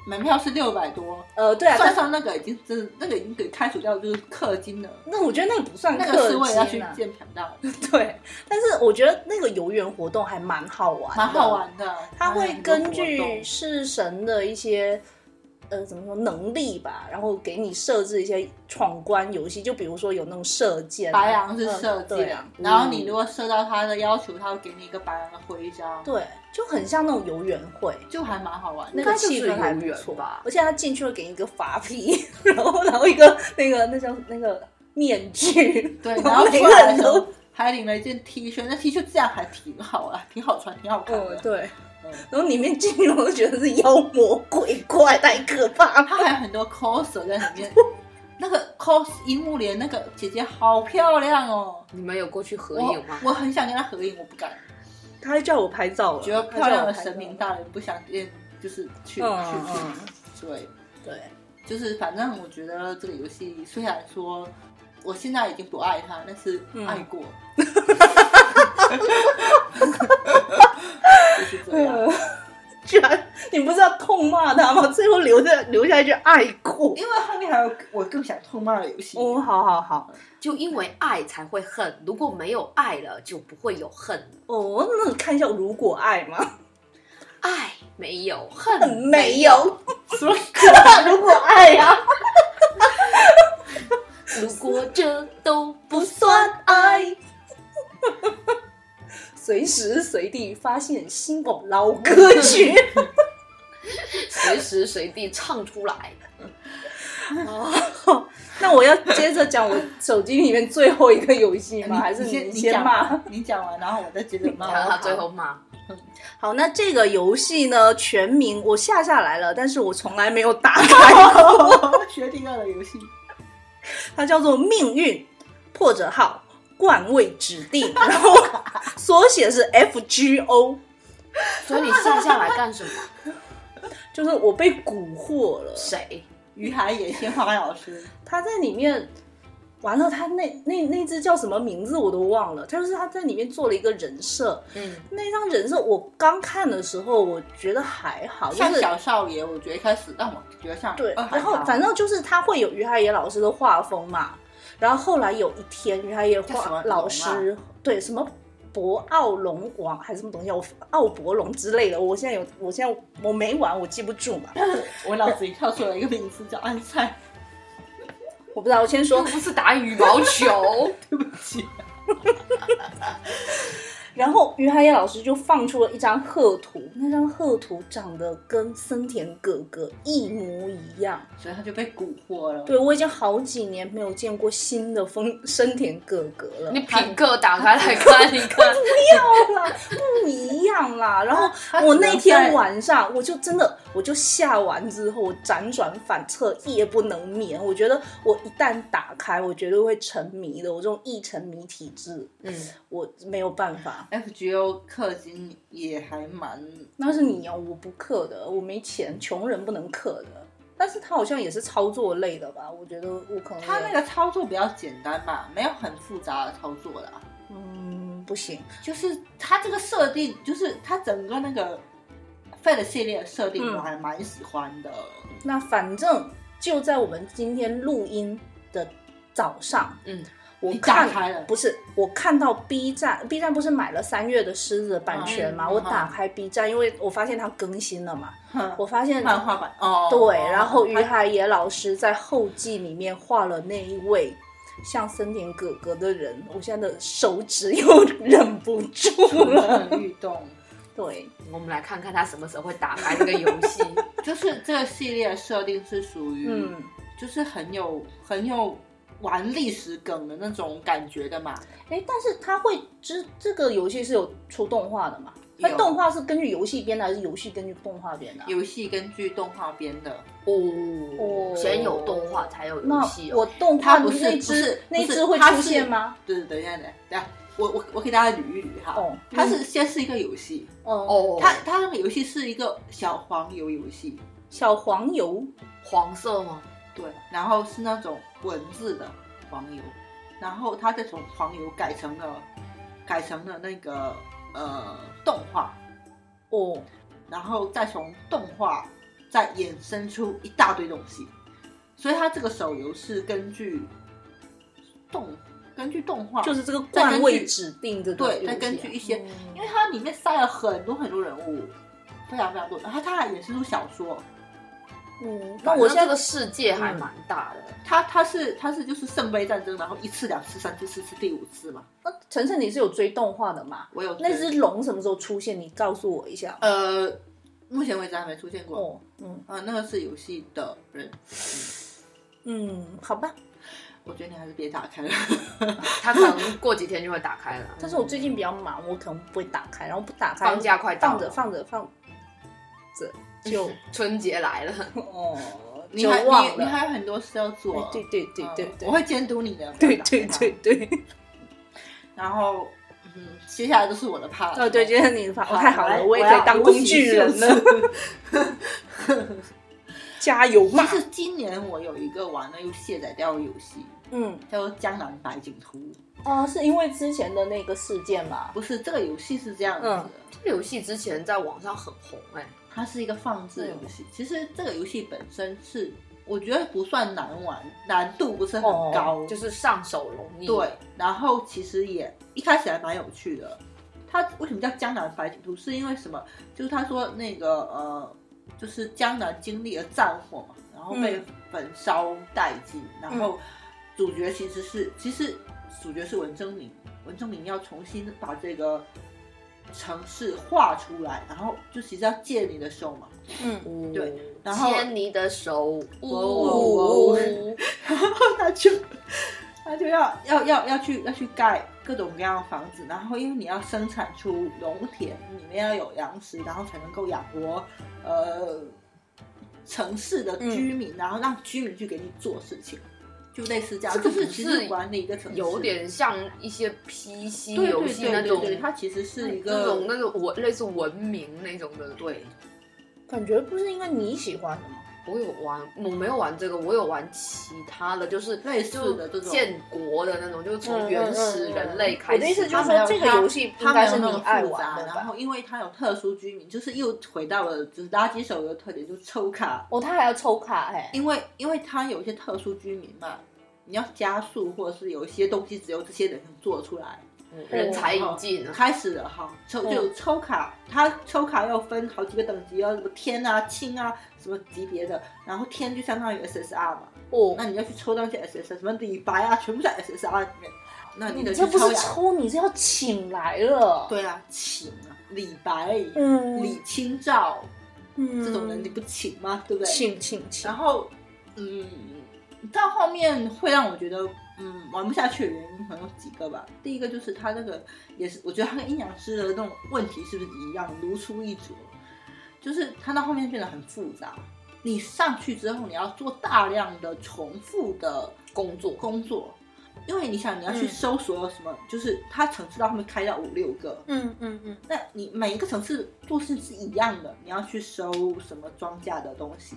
S1: 门票是六百多，
S2: 呃，对啊，
S1: 算
S2: 但是
S1: 上那个已经真的那个已经给开除掉，就是氪金了。
S2: 那我觉得那个不算
S1: 那个是为了要
S2: 氪金
S1: 去
S2: 啊
S1: 见朴大，
S2: 对，但是我觉得那个游园活动还蛮好玩的，
S1: 蛮好。玩的。
S2: 它
S1: 蛮有
S2: 会
S1: 很多
S2: 根
S1: 活
S2: 据
S1: 动
S2: 式神的一些呃怎么说能力吧，然后给你设置一些闯关游戏，就比如说有那种射箭啊、
S1: 白羊是射
S2: 嗯对
S1: 箭
S2: 啊，
S1: 然后你如果射到他的要求，他会给你一个白羊的徽章，
S2: 对，就很像那种游园会。
S1: 就还蛮好玩的。
S2: 那
S3: 应该
S2: 个
S3: 就是
S2: 气氛还
S3: 游
S2: 不
S3: 园
S2: 错
S3: 吧
S2: 而且他进去会给你一个法皮， 然后然后一个那个那叫那个面 具，
S1: 对，然后
S2: 每
S1: 出
S2: 个
S1: 来的
S2: 人
S1: 时候
S2: 都
S1: 还领了一件 T 恤，那 T 恤质量还挺好啊，挺好穿，挺好看
S2: 嗯
S1: 的。
S2: 对
S1: 嗯，
S2: 然后里面进去我都觉得是妖魔鬼怪，太可怕了。
S1: 他还有很多 coser 在 里面，那个 cos 樱木莲那个姐姐好漂亮哦，
S3: 你们有过去合
S1: 我
S3: 影吗？
S1: 我很想跟她合影，我不敢。
S2: 他还叫我拍照了，
S1: 觉得
S2: 他
S1: 漂
S2: 叫
S1: 亮
S2: 我
S1: 的
S2: 拍
S1: 神
S2: 照
S1: 明大人不想见，就是去去
S2: 嗯嗯
S1: 去，对，
S2: 对，
S1: 就是反正我觉得这个游戏虽然说我现在已经不爱它，但是
S2: 嗯
S1: 爱 过，就是这样。
S2: 呃， 居然你不是要痛骂他吗？最后留下留下一句爱国。
S1: 因为后面还有我更想痛骂的游戏，
S2: 哦，好好好，
S3: 就因为爱才会恨，如果没有爱了，就不会有恨。
S2: 哦，那你看一下如果爱嘛，
S3: 爱没有，恨
S2: 嗯 没有，
S1: 什么
S2: 如果爱呀、
S3: 如果这都不
S2: 不算爱。 随时随地发现新的老歌曲，
S3: 随时随地唱出来，
S2: 啊哦那我要接着讲我手机里面最后一个游戏吗？还是
S1: 你
S2: 你
S1: 你
S2: 先
S1: 讲
S2: 骂？
S1: 完，你讲完，然后我再接着 骂。
S3: 然后他最后骂，
S2: 好，那这个游戏呢，全名我下下来了，但是我从来没有打开，
S1: 学第二的游戏，
S2: 它叫做《命运破折号冠位指定》， 然后缩写是 FGO，
S3: 所以你下下来干什么？
S2: 就是我被蛊惑了。
S3: 谁？
S1: 于海野鲜花老师，
S2: 他在里面，完了，他那那那只叫什么名字我都忘了，他就是他在里面做了一个人设，
S3: 嗯，
S2: 那张人设我刚看的时候我觉得还好，就
S1: 像
S2: 是
S1: 小少爷，我觉得一开始让我觉得像啊
S2: 对，
S1: 二
S2: 然后
S1: 海棠
S2: 反正就是他会有于海野老师的画风嘛。然后后来有一天，于海野
S1: 叫什么
S2: 画老师、对什么博奥龙王还是什么东西，我奥博龙之类的，我现在有，我现在我没玩，我记不住 嘛，
S1: 我脑子里跳出了一个名字叫安塞，
S2: 我不知道。我先
S3: 又
S2: 说，
S3: 不是打羽毛球，
S1: 对不起，
S2: 然后于海野老师就放出了一张贺图，那张贺图长得跟森田哥哥一模一样。
S1: 所以他就被蛊惑了。
S2: 对我已经好几年没有见过新的风森田哥哥了。
S3: 你品客打开来看一看，
S2: 啦，不一样啦。然后
S1: 他
S2: 我
S1: 只
S2: 那
S1: 能
S2: 天
S1: 在
S2: 晚上，我就真的，我就下完之后，我辗转反侧，夜不能眠。我觉得我一旦打开，我绝对会沉迷的。我这种易沉迷体质，
S3: 嗯，
S2: 我没有办法。
S1: FGO 氪金也还蛮，
S2: 那是你哦，我不氪的，我没钱，穷人不能氪的。但是他好像也是操作类的吧？我觉得我可能
S1: 他
S2: 也
S1: 那个操作比较简单吧，没有很复杂的操作啦。
S2: 嗯不行，
S1: 就是他这个设定，就是他整个那个 Fate 系列的设定，
S2: 嗯
S1: 我还蛮喜欢的。
S2: 那反正就在我们今天录音的早上，
S3: 嗯，
S2: 我
S1: 你打
S2: 看
S1: 开了
S2: 不是我看到 B 站，B 站不是买了三月的狮子的版权嘛？
S1: 嗯
S2: 我打开 B 站，因为我发现它更新了嘛，
S1: 哼
S2: 我发现
S1: 漫画版哦，
S2: 对，然后于
S1: 他
S2: 海野老师在后记里面画了那一位。像森田哥哥的人，我现在的手指又 忍不住
S1: 蠢
S2: 了。
S1: 蠢欲动，
S2: 对，
S3: 我们来看看他什么时候会打开这个游戏。
S1: 就是这个系列的设定是属于，
S2: 嗯，
S1: 就是很有很有玩历史梗的那种感觉的嘛。
S2: 哎，但是他会知这个游戏是有出动画的嘛？
S1: 有
S2: 那动画是根据游戏编的，还是游戏根据动画编的啊？
S1: 游戏根据动画编的，
S3: 哦，先有动画才有游
S2: 那
S3: 戏
S2: 我
S3: 哦。
S2: 动画
S1: 它不是不
S2: 那
S1: 是
S2: 只
S1: 不
S2: 那
S1: 是
S2: 只会
S1: 它
S2: 出
S1: 是
S2: 现吗？
S1: 对对，等一下，等一下等一下，我我我给大家捋一捋哈。
S2: 哦
S1: 它是先是一个游戏，
S2: 哦，
S3: 哦，
S1: 它它那个游戏是一个小黄油游戏，
S2: 小黄油，
S3: 黄色吗？
S1: 对，然后是那种文字的黄油，然后它再从黄油改成了改成了那个呃动画，
S2: 哦，
S1: 然后再从动画再衍生出一大堆东西，所以它这个手游是根据动根据动画，
S2: 就是这个
S1: 再根
S2: 冠位
S1: 据
S2: 指定的东西啊、
S1: 对，再根据一些，
S2: 嗯
S1: 因为它里面塞了很多很多人物，非常非常多，然后它还衍生出小说，
S2: 嗯，
S3: 那
S2: 那我
S3: 我现
S2: 现
S3: 在
S2: 在
S3: 这个世界还蛮大的。
S1: 它它是它是就是圣杯战争，然后一次两次三次四次第五次嘛，
S2: 那晨晨你是有追动画的嘛？
S1: 我有
S2: 那
S1: 追
S2: 只龙什么时候出现？你告诉我一下。
S1: 呃，目前为止还没出现过。
S2: 哦，嗯
S1: 啊，那个是游戏的人，
S2: 嗯，好吧。
S1: 我觉得你还是别打开了。
S3: 他可能过几天就会打开了。
S2: 但是我最近比较忙，我可能不会打开，然后不打开，
S3: 放假快到
S2: 放
S3: 了
S2: 着放着放着就
S3: 春节来了，
S2: 哦，
S1: 你
S2: 就
S1: 还
S2: 忘
S1: 你你
S2: 了。
S1: 还有很多事要做
S2: 哎。对对对对
S1: 嗯
S2: 对，
S1: 我会监督你的。
S2: 对
S1: 不然
S2: 对
S1: 打
S2: 对
S1: 开它。
S2: 对。
S1: 然后，嗯，接下来就是我的 part 了。
S2: 哦，对，今天你发，
S1: 好
S2: 我太好
S1: 来
S2: 了，我也
S1: 我
S2: 可以
S1: 要
S2: 当
S1: 如
S2: 工具
S1: 期
S2: 人
S1: 设
S2: 了。加油
S1: 其
S2: 嘛！
S1: 实今年我有一个玩的又卸载掉的游戏，
S2: 嗯，
S1: 叫做《江南百景图》。
S2: 哦，是因为之前的那个事件嘛？
S1: 不是，这个游戏是这样子的，
S3: 这游戏之前在网上很红哎、
S1: 它是一个放置游戏。其实这个游戏本身是，我觉得不算难玩，难度不是很
S2: 哦
S1: 高，
S3: 就是上手容易。
S1: 对，，然后其实也一开始还蛮有趣的。它为什么叫江南百景图？是因为什么？就是他说那个呃，就是江南经历了战火嘛，然后被
S2: 嗯
S1: 焚烧殆尽，然后主角其实是其实主角是文征明，文征明要重新把这个城市画出来，然后就其实要借你的手嘛，
S2: 嗯，
S1: 对，然后
S3: 哦牵你的手，
S1: 哦
S3: 呜，
S1: 他就 他就要要要要去要去盖各种各样的房子，然后因为你要生产出农田，里面要有粮食，然后才能够养活呃城市的居民，然后让居民去给你做事情，就类似这样，
S3: 这个
S1: 就是
S3: 不
S1: 其
S3: 是
S1: 实管理一个城市，
S3: 有点像一些 PC
S1: 对
S3: 游
S1: 对
S3: 戏
S1: 对
S3: 那
S1: 对
S3: 种，
S1: 对，它其实是一
S3: 那种
S1: 个
S3: 那种文类似文明那种的。
S1: 对
S2: 感觉不是应该你喜欢的吗？
S3: 我有玩，我没有玩这个，我有玩其他的，就是
S1: 类似的这种嗯
S3: 建国的那种，就是从
S2: 嗯
S3: 原始人类开始。
S2: 我的意思就
S1: 它
S2: 是
S1: 没有
S2: 说，这个
S1: 它
S2: 游戏应
S1: 它没
S2: 该
S1: 有
S2: 是
S1: 那
S2: 你
S1: 么
S2: 爱
S1: 复
S2: 玩
S1: 杂，
S2: 的
S1: 然
S2: 吧
S1: 后？因为它有特殊居民，就是又回到了就是垃圾手游的特点，就是抽卡，
S2: 哦，他还要抽卡哎、
S1: 因为因为它有一些特殊居民嘛，你要加速或者是有一些东西只有这些人能做出来。
S3: 嗯人才引进啊，
S1: 开始了哈，抽
S2: 嗯
S1: 就抽卡，它抽卡要分好几个等级，要什么天啊、青啊什么级别的，然后天就相当于 SSR 嘛，
S2: 哦，
S1: 那你要去抽那些 SSR，什么李白啊，全部在 SSR 里面，那你得去
S2: 这不
S1: 抽
S2: 是
S1: 呀。
S2: 抽，你是要请来了。，
S1: 对啊，请啊，李白、
S2: 嗯，
S1: 李清照
S2: 嗯
S1: 这种人你不请吗？对不对？
S2: 请请请
S1: 然，后，嗯，到后面会让我觉得，嗯，玩不下去的原因可能有几个吧。第一个就是他那个也是，我觉得他跟阴阳师的那种问题是不是一样，如出一辙，就是他到后面变得很复杂。你上去之后，你要做大量的重复的
S3: 工作
S1: 工作，因为你想你要去
S2: 嗯
S1: 搜索什么，就是它层次到后面开到五六个，
S2: 嗯嗯嗯，
S1: 那你每一个城市做事是一样的，你要去收什么庄稼的东西，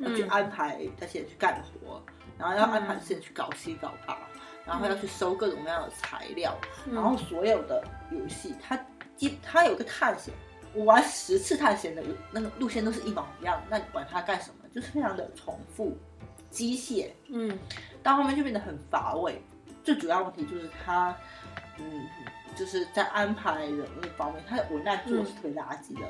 S1: 要去
S2: 嗯
S1: 安排那些人去干活，然后要安排
S2: 嗯
S1: 这些人去搞西搞八，然后要去收各种各样的材料，
S2: 嗯
S1: 然后所有的游戏它基它有一个探险，我玩十次探险的那个路线都是一模一样，那你管它干什么？就是非常的重复、机械，
S2: 嗯
S1: 到后面就变得很乏味。最主要问题就是他，嗯，就是在安排人物方面，他的文案做的是特别垃圾的。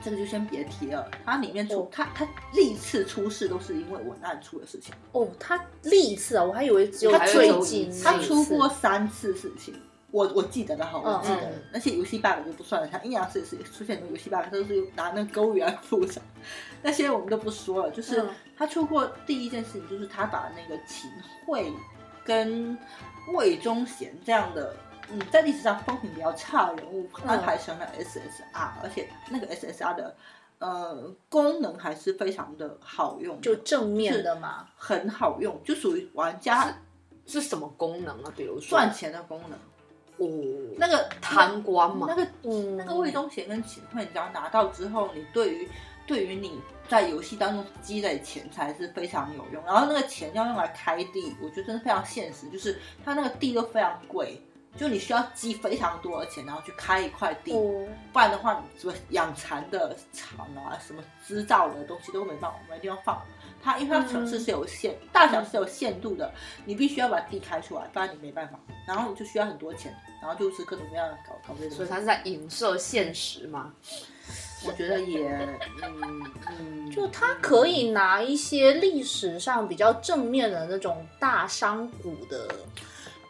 S1: 这个就先别提了，它里面出、
S2: 哦
S1: 它它历次出事都是因为文案出的事情，
S2: 哦，他历一次啊，我还以为只有
S1: 他
S2: 最
S1: 出
S2: 近
S3: 是
S1: 它
S2: 那一
S1: 出
S2: 次
S1: 过三次事情，我我记得的哈，我
S2: 嗯
S1: 记得的、
S3: 嗯
S1: 那些游戏 bug 就不算了，像阴阳师也是出现很多游戏 bug，它都是拿那个勾语来复杂，那些我们都不说了，就是
S2: 嗯
S1: 他出过第一件事情，就是他把那个秦桧跟魏忠贤这样的，嗯，在历史上风评比较差的人物
S2: 嗯
S1: 安排成了 SSR，、而且那个 SSR 的呃功能还是非常的好用的，
S2: 就正面的嘛，
S1: 很好用，就属于玩家
S3: 是什么功能啊？比如说
S1: 赚钱的功能。
S3: 哦，
S1: 那个
S3: 贪官嘛
S1: 那，个
S2: 嗯，
S1: 那个魏忠贤跟秦桧，你只要拿到之后，你对于对于你在游戏当中积累钱财是非常有用。然后那个钱要用来开地，我觉得真的非常现实，就是它那个地都非常贵，就你需要积非常多的钱，然后去开一块地，
S2: 哦，
S1: 不然的话，你什么养蚕的厂啊，什么织造的东西都没办法没地方放。它因为它城市是有限，大小是有限度的，你必须要把地开出来，不然你没办法。然后你就需要很多钱，然后就是各种各样的搞搞这些东西。
S3: 所以他是在影射现实嘛。
S1: 我觉得也，嗯嗯，
S2: 就他可以拿一些历史上比较正面的那种大商贾的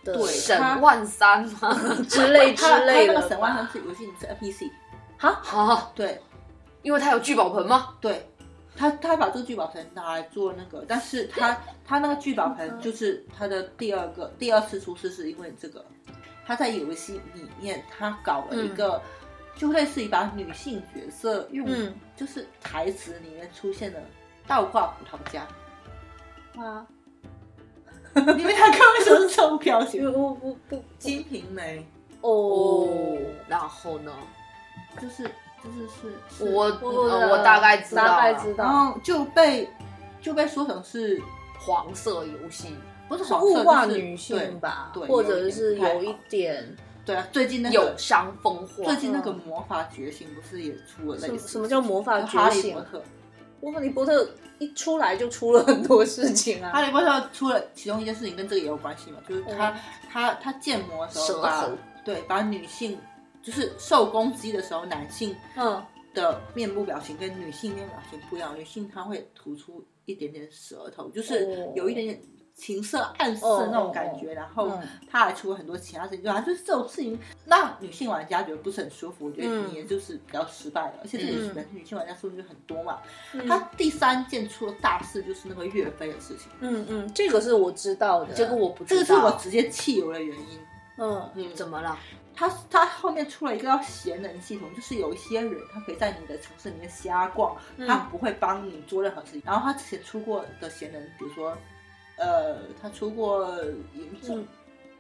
S2: 的
S1: 对
S3: 沈
S1: 他
S3: 万三嘛，
S2: 之 类之
S1: 他他
S2: 类
S1: 那
S2: 的
S1: 个神万三
S2: 吧，
S1: 是游戏，你是 NPC，
S3: 啊，
S1: 对
S3: 因为他有聚宝盆吗？
S1: 对，他他把这个聚宝盆拿来做那个，但是他他那个聚宝盆就是他的第二个第二次出事是因为这个，他在游戏里面他搞了一个。就类似于把女性角色用，
S2: 嗯
S1: 就是台词里面出现的倒挂葡萄架，
S2: 啊，
S1: 你们两个为什么是这种表
S2: 因
S1: 情？
S2: 为我不不
S1: 金瓶梅
S2: 哦，
S3: 然后呢？
S1: 就是就是是是哦
S3: 我
S2: 嗯我
S3: 呃我大概知道了，
S2: 大概知
S1: 然
S2: 道，
S1: 后就被就被说成是
S3: 黄色游戏，
S1: 不是
S2: 是
S1: 黄色
S2: 物化
S1: 就是
S2: 女性吧
S1: 对，对
S2: 或者是有
S1: 有一
S2: 一点
S1: 对对啊，最近那个
S3: 有伤风化。
S1: 最近那个魔法觉醒不是也出了类
S2: 嗯什
S1: 似
S2: 什么叫魔法
S1: 就
S2: 觉
S1: 哈利
S2: 醒
S1: 波？特，
S2: 我哈利波特一出来就出了很多事情啊
S1: 哈，利波特出了其中一件事情跟这个也有关系嘛，就是
S2: 哦
S1: 他、他他建模的时候
S3: 蛇
S1: 把
S3: 头
S1: 对把女性就是受攻击的时候男性
S2: 嗯，
S1: 的面部表情跟女性面部表情不一样，女性她会吐出一点点舌头，就是
S2: 哦
S1: 有一点点情色暗示
S2: 哦
S1: 那种感觉，然后
S2: 嗯
S1: 他还出了很多其他事情，就反正就是这种事情让女性玩家觉得不是很舒服，我觉得
S2: 嗯
S1: 你也就是比较失败的，而且这
S2: 嗯
S1: 个本身女性玩家数据很多嘛。
S2: 嗯
S1: 他第三件出了大事就是那个岳飞的事情，
S2: 嗯嗯，这个是我知道的，
S3: 这个我不
S1: 这
S3: 知道，
S1: 个是我直接弃游的原因。
S2: 嗯
S1: 嗯
S3: 怎么了？
S1: 他他后面出了一个叫贤能系统，就是有一些人他可以在你的城市里面瞎逛，
S2: 嗯
S1: 他不会帮你做任何事情。然后他之前出过的贤能，比如说，呃，他出过嬴政，
S2: 嗯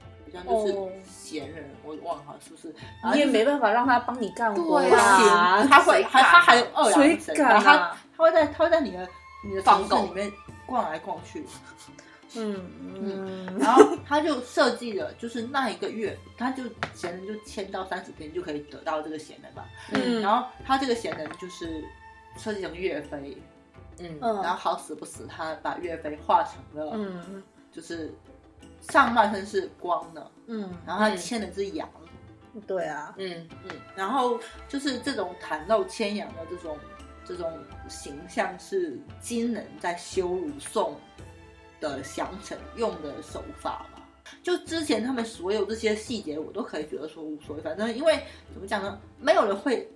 S1: 好像就是
S2: 哦
S1: 贤人，我忘了是不是？然后啊
S2: 你
S1: 就
S2: 也
S1: 是
S2: 没办法让他帮你干活
S3: 对
S1: 不
S3: 啊
S1: 行，他会
S3: 谁
S1: 还他
S2: 啊
S3: 敢
S1: 还有二郎
S2: 谁
S1: 神，
S2: 敢
S1: 然后他
S2: 啊？
S1: 他会在他会在你的你的
S3: 放
S1: 城
S3: 狗
S1: 市里面逛来逛去，
S2: 嗯嗯，
S1: 然后他就设计了，就是那一个月，他就闲人就签到三十天就可以得到这个闲人吧。
S2: 嗯
S1: 然后他这个闲人就是设计成岳飞，
S3: 嗯
S2: 嗯
S1: 然后好死不死他把岳飞画成了，
S2: 嗯
S1: 就是上半身是光的，
S2: 嗯，
S1: 然后他
S3: 嗯
S1: 牵了只羊，
S2: 对啊，
S3: 嗯
S1: 嗯，然后就是这种袒露牵羊的这种这种形象是金人在羞辱宋的降臣用的手法吧。就之前他们所有这些细节，我都可以觉得说无所谓，反正因为怎么讲呢，没有人会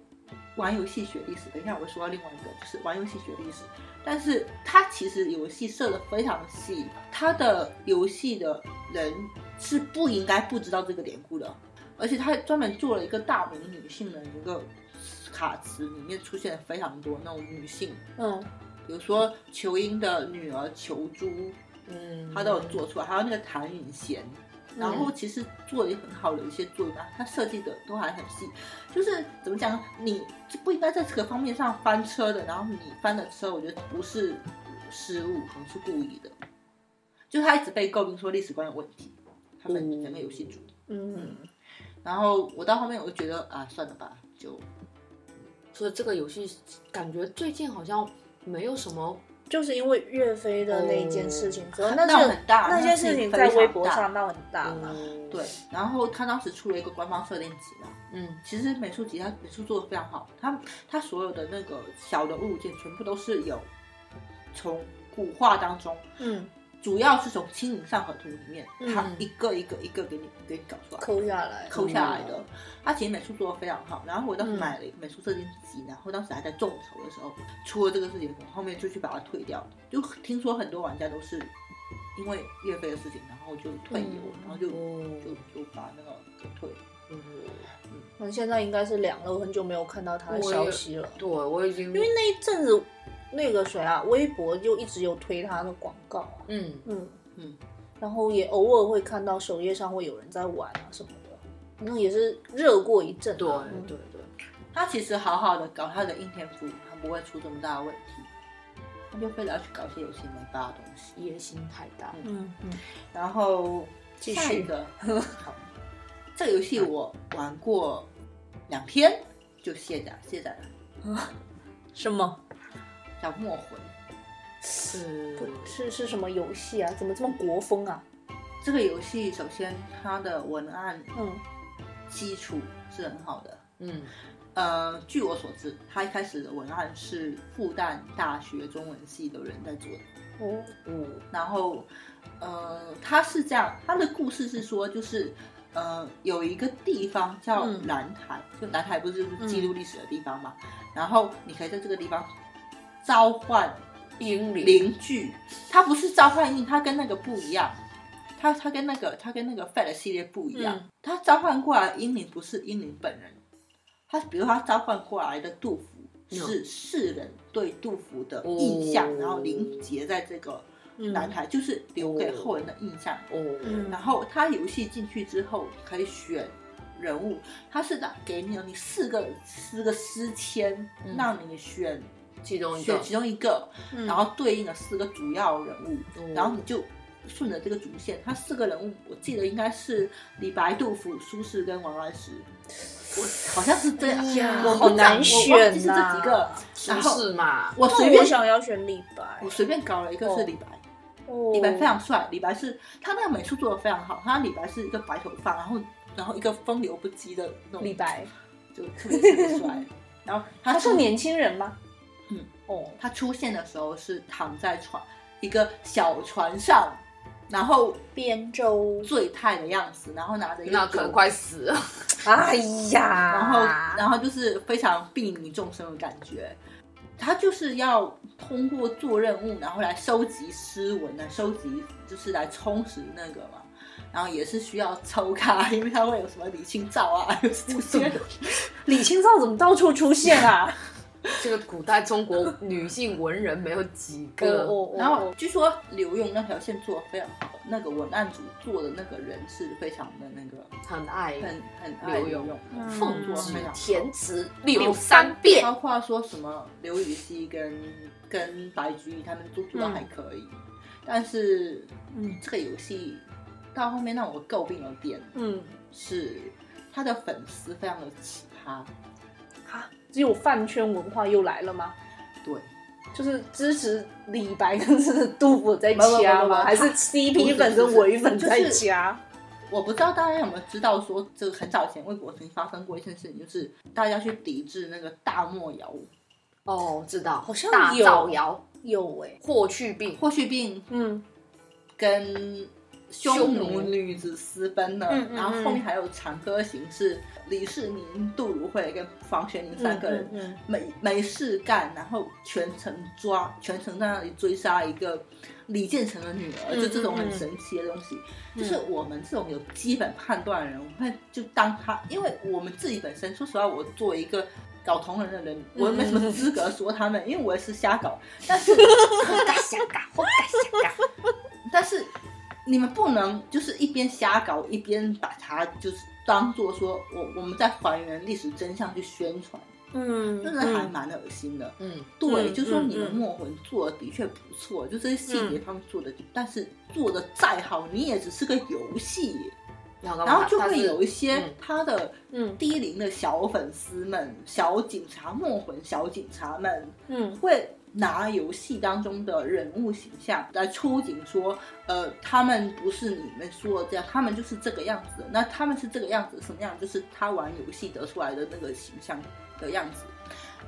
S1: 玩游戏学历史。等一下我会说到另外一个，就是玩游戏学历史。但是它其实游戏设的非常细，它的游戏的人是不应该不知道这个典故的，而且它还专门做了一个大龄女性的一个卡池，里面出现了非常多那种女性，
S2: 嗯
S1: 比如说裘英的女儿裘珠，
S3: 嗯，
S1: 她都有做出来，还有那个谭允贤，然后其实做的也很好的一些作用啊，它设计的都还很细，就是怎么讲，你就不应该在这个方面上翻车的，然后你翻的车，我觉得不是失误，可能是故意的，就是他一直被诟病说历史观有问题，他们
S3: 嗯
S1: 整个游戏组。
S2: 嗯
S1: 然后我到后面我就觉得啊，算了吧，就
S3: 所以这个游戏感觉最近好像没有什么，
S2: 就是因为岳飞的那件事情之后，
S1: 哦
S2: 那
S1: 闹
S2: 是
S1: 很大
S2: 那件事情在微博上闹很大嘛。
S3: 嗯
S1: 对，。然后他当时出了一个官方设定集嘛，
S3: 嗯
S1: 其实美术集它美术做的非常好，它它所有的那个小的物件全部都是有从古画当中，
S2: 嗯，
S1: 主要是从《清明上河图》里面，
S2: 嗯
S1: 它一个一个一个给你给你搞出来，
S2: 抠下来，
S1: 抠下来的。它其实美术做的非常好，然后我当时买了一个美术设定集，然后当时还在众筹的时候出了这个事情，后面就去把它退掉了。就听说很多玩家都是因为岳飞的事情，然后就退游，
S2: 嗯
S1: 然后就
S3: 哦
S1: 就就把那个给退了。
S3: 嗯
S2: 嗯，现在应该是凉了，我很久没有看到他的消息了。
S3: 对，我已经因
S2: 因为那一阵子，那个谁啊，微博就一直有推他的广告啊，
S3: 嗯
S2: 嗯
S1: 嗯，
S2: 然后也偶尔会看到首页上会有人在玩啊什么的，反正也是热过一阵、啊。
S3: 对
S2: 嗯
S3: 对对，
S1: 他其实好好的搞他的应天赋，他不会出这么大的问题。他就非得要去搞一些有些没八的东西。
S3: 野心太大。
S2: 嗯嗯
S1: 然后
S2: 继
S1: 下一
S2: 续
S1: 个， 好，这个游戏我玩过两天就卸载卸载了。
S2: 什么？
S1: 叫墨魂。
S3: 嗯
S2: 不是是什么游戏啊？怎么这么国风啊？
S1: 这个游戏首先它的文案
S2: 嗯
S1: 基础是很好的，
S3: 嗯
S1: 呃，据我所知，它一开始的文案是复旦大学中文系的人在做的，
S2: 哦
S3: 嗯
S1: 然后，呃，它是这样，它的故事是说就是。呃，有一个地方叫
S2: 嗯
S1: 蓝台，就蓝台不是就是记录历史的地方嘛？然后你可以在这个地方召唤
S3: 英灵
S1: 邻居，它不是召唤印，它跟那个不一样，它它跟那个它跟那个 Fat 系列不一样，
S2: 嗯
S1: 它召唤过来的英灵不是英灵本人，它比如它召唤过来的杜甫
S2: 嗯
S1: 是世人对杜甫的印象，
S3: 哦
S1: 然后凝结在这个
S2: 嗯
S1: 男孩，就是留给后人的印象。
S3: 哦，
S2: 嗯
S1: 然后它游戏进去之后，你可以选人物，它是打给你你四个四个诗签，
S3: 嗯
S1: 让你选
S3: 其中一
S1: 选
S3: 个
S1: 其中一个。
S2: 嗯
S1: 然后对应了四个主要人物，
S3: 哦
S1: 然后你就顺着这个主线，它四个人物我记得应该是李白、杜甫、苏轼跟王安石，我好像是这样，
S3: 哎呀
S1: 我
S2: 好难
S1: 我忘记是
S2: 选
S1: 这
S2: 呐
S1: 几个，
S3: 苏
S1: 然后
S3: 轼嘛，
S1: 我
S2: 那
S1: 随
S2: 我
S1: 便
S2: 想要选李白，
S1: 我随便搞了一个是李白，
S2: 哦
S1: 李白非常帅，李白是他那个美术做的非常好，他李白是一个白头发，然后然后一个风流不羁的那种
S2: 李，白，
S1: 就特别特别 帅。然后他
S2: 他
S1: 出
S2: 是年轻人吗？
S1: 嗯
S2: 哦，
S1: 他出现的时候是躺在船一个小船上，然后
S2: 边州，
S1: 醉态的样子，然后拿着一
S3: 那
S1: 个
S3: 可能
S1: 酒，
S3: 快死了。
S2: 哎呀，
S1: 然后
S2: 啊
S1: 然后就是非常睥睨众生的感觉。他就是要通过做任务，然后来收集诗文，来收集就是来充实那个嘛。然后也是需要抽卡，因为他会有什么李清照啊，有这些
S2: 李清照怎么到处出现啊？
S3: 这个古代中国女性文人没有几个。
S2: 哦
S1: 然后据说刘墉那条线做的非常好，那个文案组做的那个人是非常的那个
S3: 很爱
S1: 很很爱
S3: 刘
S1: 刘
S3: 墉
S1: 墉，
S3: 奉
S1: 做
S3: 旨
S1: 非常好
S3: 嗯填词六三变，
S1: 包括说什么刘禹锡跟跟白居易他们都做的还可以，但是
S2: 嗯
S1: 这个游戏到后面让我诟病有点
S2: 嗯，
S1: 是他的粉丝非常的奇葩，
S2: 哈，只有饭圈文化又来了吗？
S1: 对，
S2: 就是支持李白跟支持杜甫在
S1: 不不不
S2: 掐
S1: 不
S2: 吗？还是
S1: 他
S2: CP 粉跟伪粉在
S1: 就是
S2: 掐？
S1: 我不知道大家有没有知道说，这个很早以前魏国曾经发生过一件事情，就是大家去抵制那个大漠谣、
S3: 哦，知道，
S2: 好像
S3: 大
S2: 有
S3: 造谣、
S2: 有哎，
S3: 霍去病，
S1: 霍去病
S2: 嗯
S1: 跟匈奴女子私奔了，
S2: 嗯嗯嗯
S1: 然后后面还有《长歌行》是李世民、杜如晦跟房玄龄三个人。
S2: 嗯
S1: 没没事干，然后全程抓，全程在那里追杀一个李建成的女儿，
S2: 嗯
S1: 就这种
S2: 嗯
S1: 很
S2: 嗯
S1: 神奇的东西。就是我们这种有基本判断的人，我会就当他，因为我们自己本身，说实话，我作为一个搞同人的人，我也没
S2: 嗯
S1: 什么资格说他们，因为我也是瞎搞。但是，
S3: 嘎瞎嘎，我嘎瞎嘎，
S1: 但是你们不能就是一边瞎搞，一边把它就是当做说我我们在还原历史真相去宣传，
S2: 嗯
S1: 真的还蛮恶心的。
S3: 嗯，
S1: 对，
S2: 嗯
S1: 就说你们
S2: 嗯嗯
S1: 墨魂做的的确不错，就这些细节方面做的，但是做的再好，你也只是个游戏，
S3: 然
S1: 然后就
S3: 他
S1: 会
S3: 是
S1: 有一些
S3: 嗯
S1: 他的
S2: 嗯
S1: 低龄的小粉丝们、小警察、墨魂小警察们
S2: 嗯
S1: 会。拿游戏当中的人物形象来出警说，呃，他们不是你们说的这样，他们就是这个样子的。那他们是这个样子，什么样？就是他玩游戏得出来的那个形象的样子。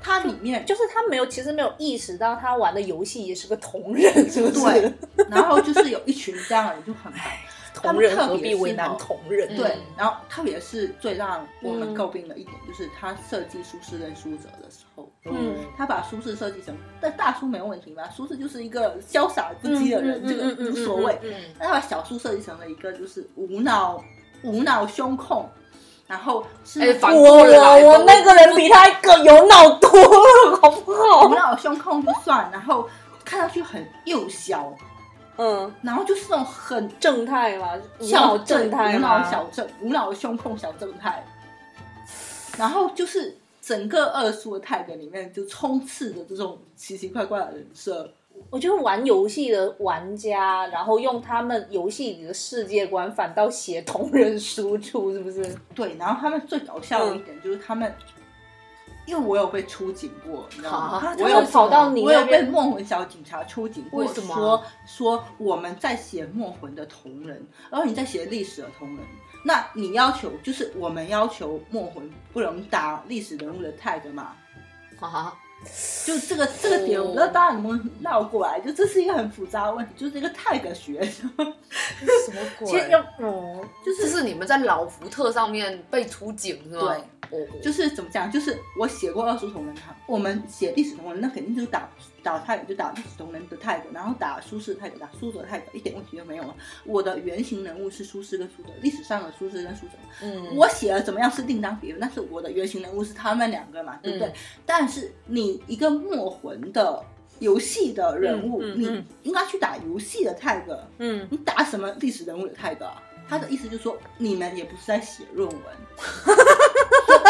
S1: 它里面
S2: 就是他没有，其实没有意识到他玩的游戏也是个同人，是不是？
S1: 对，然后就是有一群这样的人就很烦。
S2: 哎同人何必为难同人？
S3: 嗯
S1: 对，然后特别是最让我们诟病的一点，就是他设计苏轼跟苏辙的时候，
S2: 嗯
S1: 他把苏轼设计成，但大苏没有问题吧？苏轼就是一个潇洒不羁的人，
S2: 嗯嗯
S1: 这
S2: 嗯嗯
S1: 个无
S2: 嗯
S1: 所谓。
S3: 嗯
S1: 但他把小苏设计成了一个就是无脑、无脑胸控，然后是
S3: 哎反
S2: 我
S3: 过来
S2: 我我那个人比他更有脑多了，好不
S1: 无
S3: 哦
S2: 好？
S1: 脑胸控就算，然后看上去很幼小，
S2: 嗯，
S1: 然后就是那种很
S2: 正太嘛，无
S1: 小
S2: 脑
S1: 正
S2: 正
S1: 太
S2: 太
S1: 无脑
S2: 嘛，
S1: 小正无脑胸控小正太，然后就是整个二叔的 tag 里面就充斥着这种奇奇怪怪的人设，
S2: 我觉得玩游戏的玩家，然后用他们游戏里的世界观，反倒写同人输出，是不是？
S1: 对，然后他们最搞笑
S2: 嗯
S1: 的一点就是他们，因为我有被出警过，你知道吗？
S3: 啊
S1: 我
S2: 他
S1: 有
S2: 们跑到你
S1: 我有
S2: 那
S1: 被
S2: 边，
S1: 梦魂小警察出警过，
S3: 为什
S2: 啊
S3: 么
S1: 说说我们在写梦魂的同人，而你在写历史的同人。那你要求就是我们要求梦魂不能打历史人物的 tag 嘛？
S3: 哈哈，
S1: 就这个这个点，我不知道
S2: 哦
S1: 大家有没有闹过来，就这是一个很复杂的问题，就是一个 tag 学，
S3: 什 么鬼
S2: 其实要嗯，
S3: 就是是你们在老福特上面被出警是吗？对，
S1: 就是是怎么讲，就是我写过二叔同人堂，我们写历史同人，那肯定就是打打 tag 就打历史同人的 tag，然后打苏轼 tag 打苏辙 tag，一点问题都没有了。我的原型人物是苏轼跟苏辙，历史上的苏轼跟苏辙，
S3: 嗯，
S1: 我写的怎么样是另当别论，但是我的原型人物是他们两个嘛，对不对？
S3: 嗯
S1: 但是你一个墨魂的游戏的人物，
S2: 嗯嗯嗯
S1: 你应该去打游戏的 tag，
S2: 嗯，
S1: 你打什么历史人物的 tag 啊？他的意思就是说，你们也不是在写论文，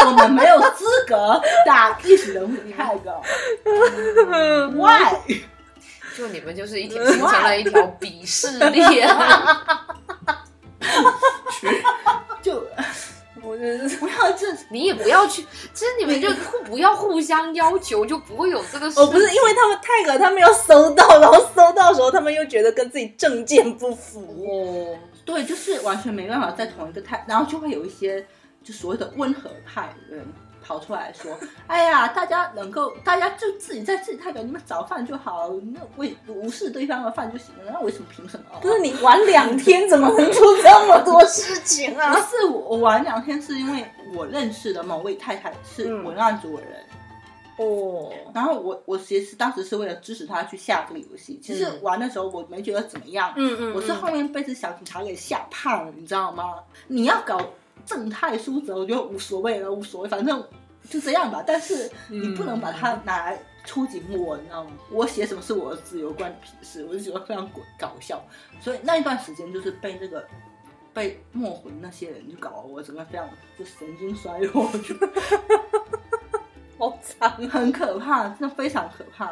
S1: 我们没有资格打历史人物的 tag。Why？
S3: 就你们就是一条形成了一条鄙视链，
S1: 就
S2: 我真是。
S1: 不要这
S3: 你也不要去，其实你们就互不要互相要求，就不会有这个事。
S2: 哦，不是，因为他们 tag 他们要搜到，然后搜到的时候，他们又觉得跟自己证件不符。
S3: 哦，
S1: 对，就是完全没办法在同一个态，然后就会有一些就所谓的温和派的人跑出来说：“哎呀，大家能够，大家就自己在自己态表你们找饭就好，那为无视对方的饭就行了，那为什么凭什么？”
S2: 不是你玩两天，怎么能出这么多事情
S1: 不
S2: 啊？
S1: 是我玩两天，是因为我认识的某位太太是
S2: 嗯
S1: 文案组的人，
S2: 哦，
S1: 然后我我其实当时是为了支持她去下这个游戏，其实
S3: 嗯
S1: 玩的时候我没觉得怎么样，
S2: 嗯嗯
S1: 我是后面被这小警察给吓怕了，你知道吗？你要搞正太苏哲，我觉得无所谓了，无所谓，反正就这样吧。但是你
S3: 嗯
S1: 不能把它拿来出警我，你知道吗？我写什么是我的自由，关你屁事。我就觉得非常搞搞笑，所以那一段时间就是被那个被墨魂那些人就搞得我整个非常就神经衰弱， 就啊
S2: 好惨。
S1: 很可怕，真的非常可怕。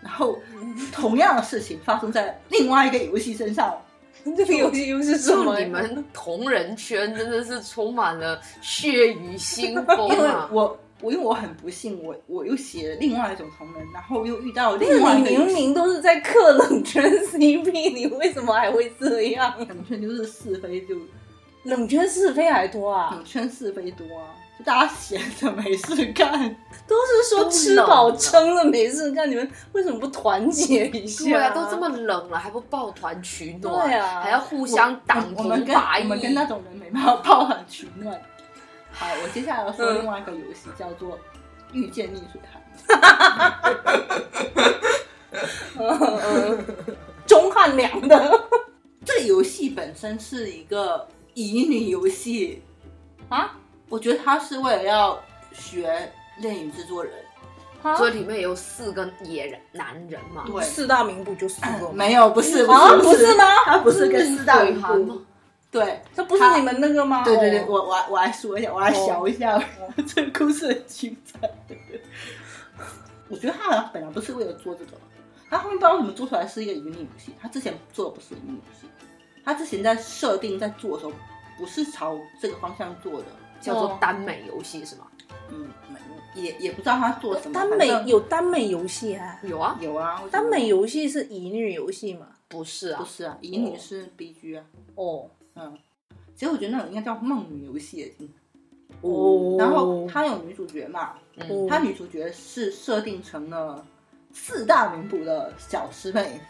S1: 然后
S2: 嗯
S1: 同样的事情发生在另外一个游戏身上，
S2: 这个游戏又是什
S3: 祝
S2: 么？
S3: 你们同人圈真的是充满了血雨腥风
S1: 因为
S3: 啊！
S1: 我我因为我很不幸，我我又写了另外一种同人，然后又遇到
S2: 不是
S1: 另外
S2: 你
S1: 一个游
S2: 明
S1: 戏
S2: 明都是在克冷 圈 CP，你为什么还会这样？
S1: 冷圈就是是非就
S2: 冷圈是非还多啊，
S1: 冷圈是非多啊，就大家闲着没事 干。
S2: 都是说
S1: 啊
S3: 都
S2: 吃
S3: 冷
S2: 饱
S3: 了
S2: 撑了没事干，你们为什么不团结一下？
S3: 对啊，都这么冷了，还不抱团取暖，
S2: 对啊
S3: 还要互相党
S1: 我
S3: 同
S1: 们跟
S3: 伐
S1: 我
S3: 异。
S1: 们跟那种人没办法抱团取 暖。好，我接下来要
S2: 嗯
S1: 说另外一个游戏，叫做《遇见逆水寒》。
S2: 钟汉良 的
S1: 这个游戏本身是一个乙女游戏，
S2: 啊，
S1: 我觉得它是为了要学恋与制作人。
S2: 啊
S3: 所以里面也有四个野人男人嘛，
S1: 对，
S2: 四大名捕就四个吗
S1: 没有，不是，不
S2: 啊，
S1: 是，
S2: 不是吗？
S1: 它不是跟四大
S3: 水
S1: 名
S3: 寒
S1: 捕
S3: 嘛，
S1: 对，
S2: 这不是
S1: 他
S2: 你们那个吗？
S1: 对对对，
S2: 哦
S1: 我我还我来说一下，我来想一下，这个故事很精彩。我觉得他好像本来不是为了做这个，他后面不知道为什么做出来是一个云女游戏。他之前做的不是云女游戏，他之前在设定在做的时候不是朝这个方向做的。
S3: 叫
S1: 哦
S3: 做耽美游戏是吗？
S1: 嗯，没也也不知道他做什么。
S2: 耽
S1: 反
S2: 美
S1: 正
S2: 有耽美游戏啊，
S3: 有啊，
S1: 有啊，我觉得
S2: 耽美游戏是乙女游戏嘛？
S3: 不是啊
S1: 不，是啊，乙女是 BG 啊，
S2: 哦
S1: 嗯。其实我觉得那种应该叫梦女游戏已经。
S2: 哦
S1: 然后他有女主角嘛，
S3: 嗯，
S1: 她女主角是设定成了四大名捕的小师妹，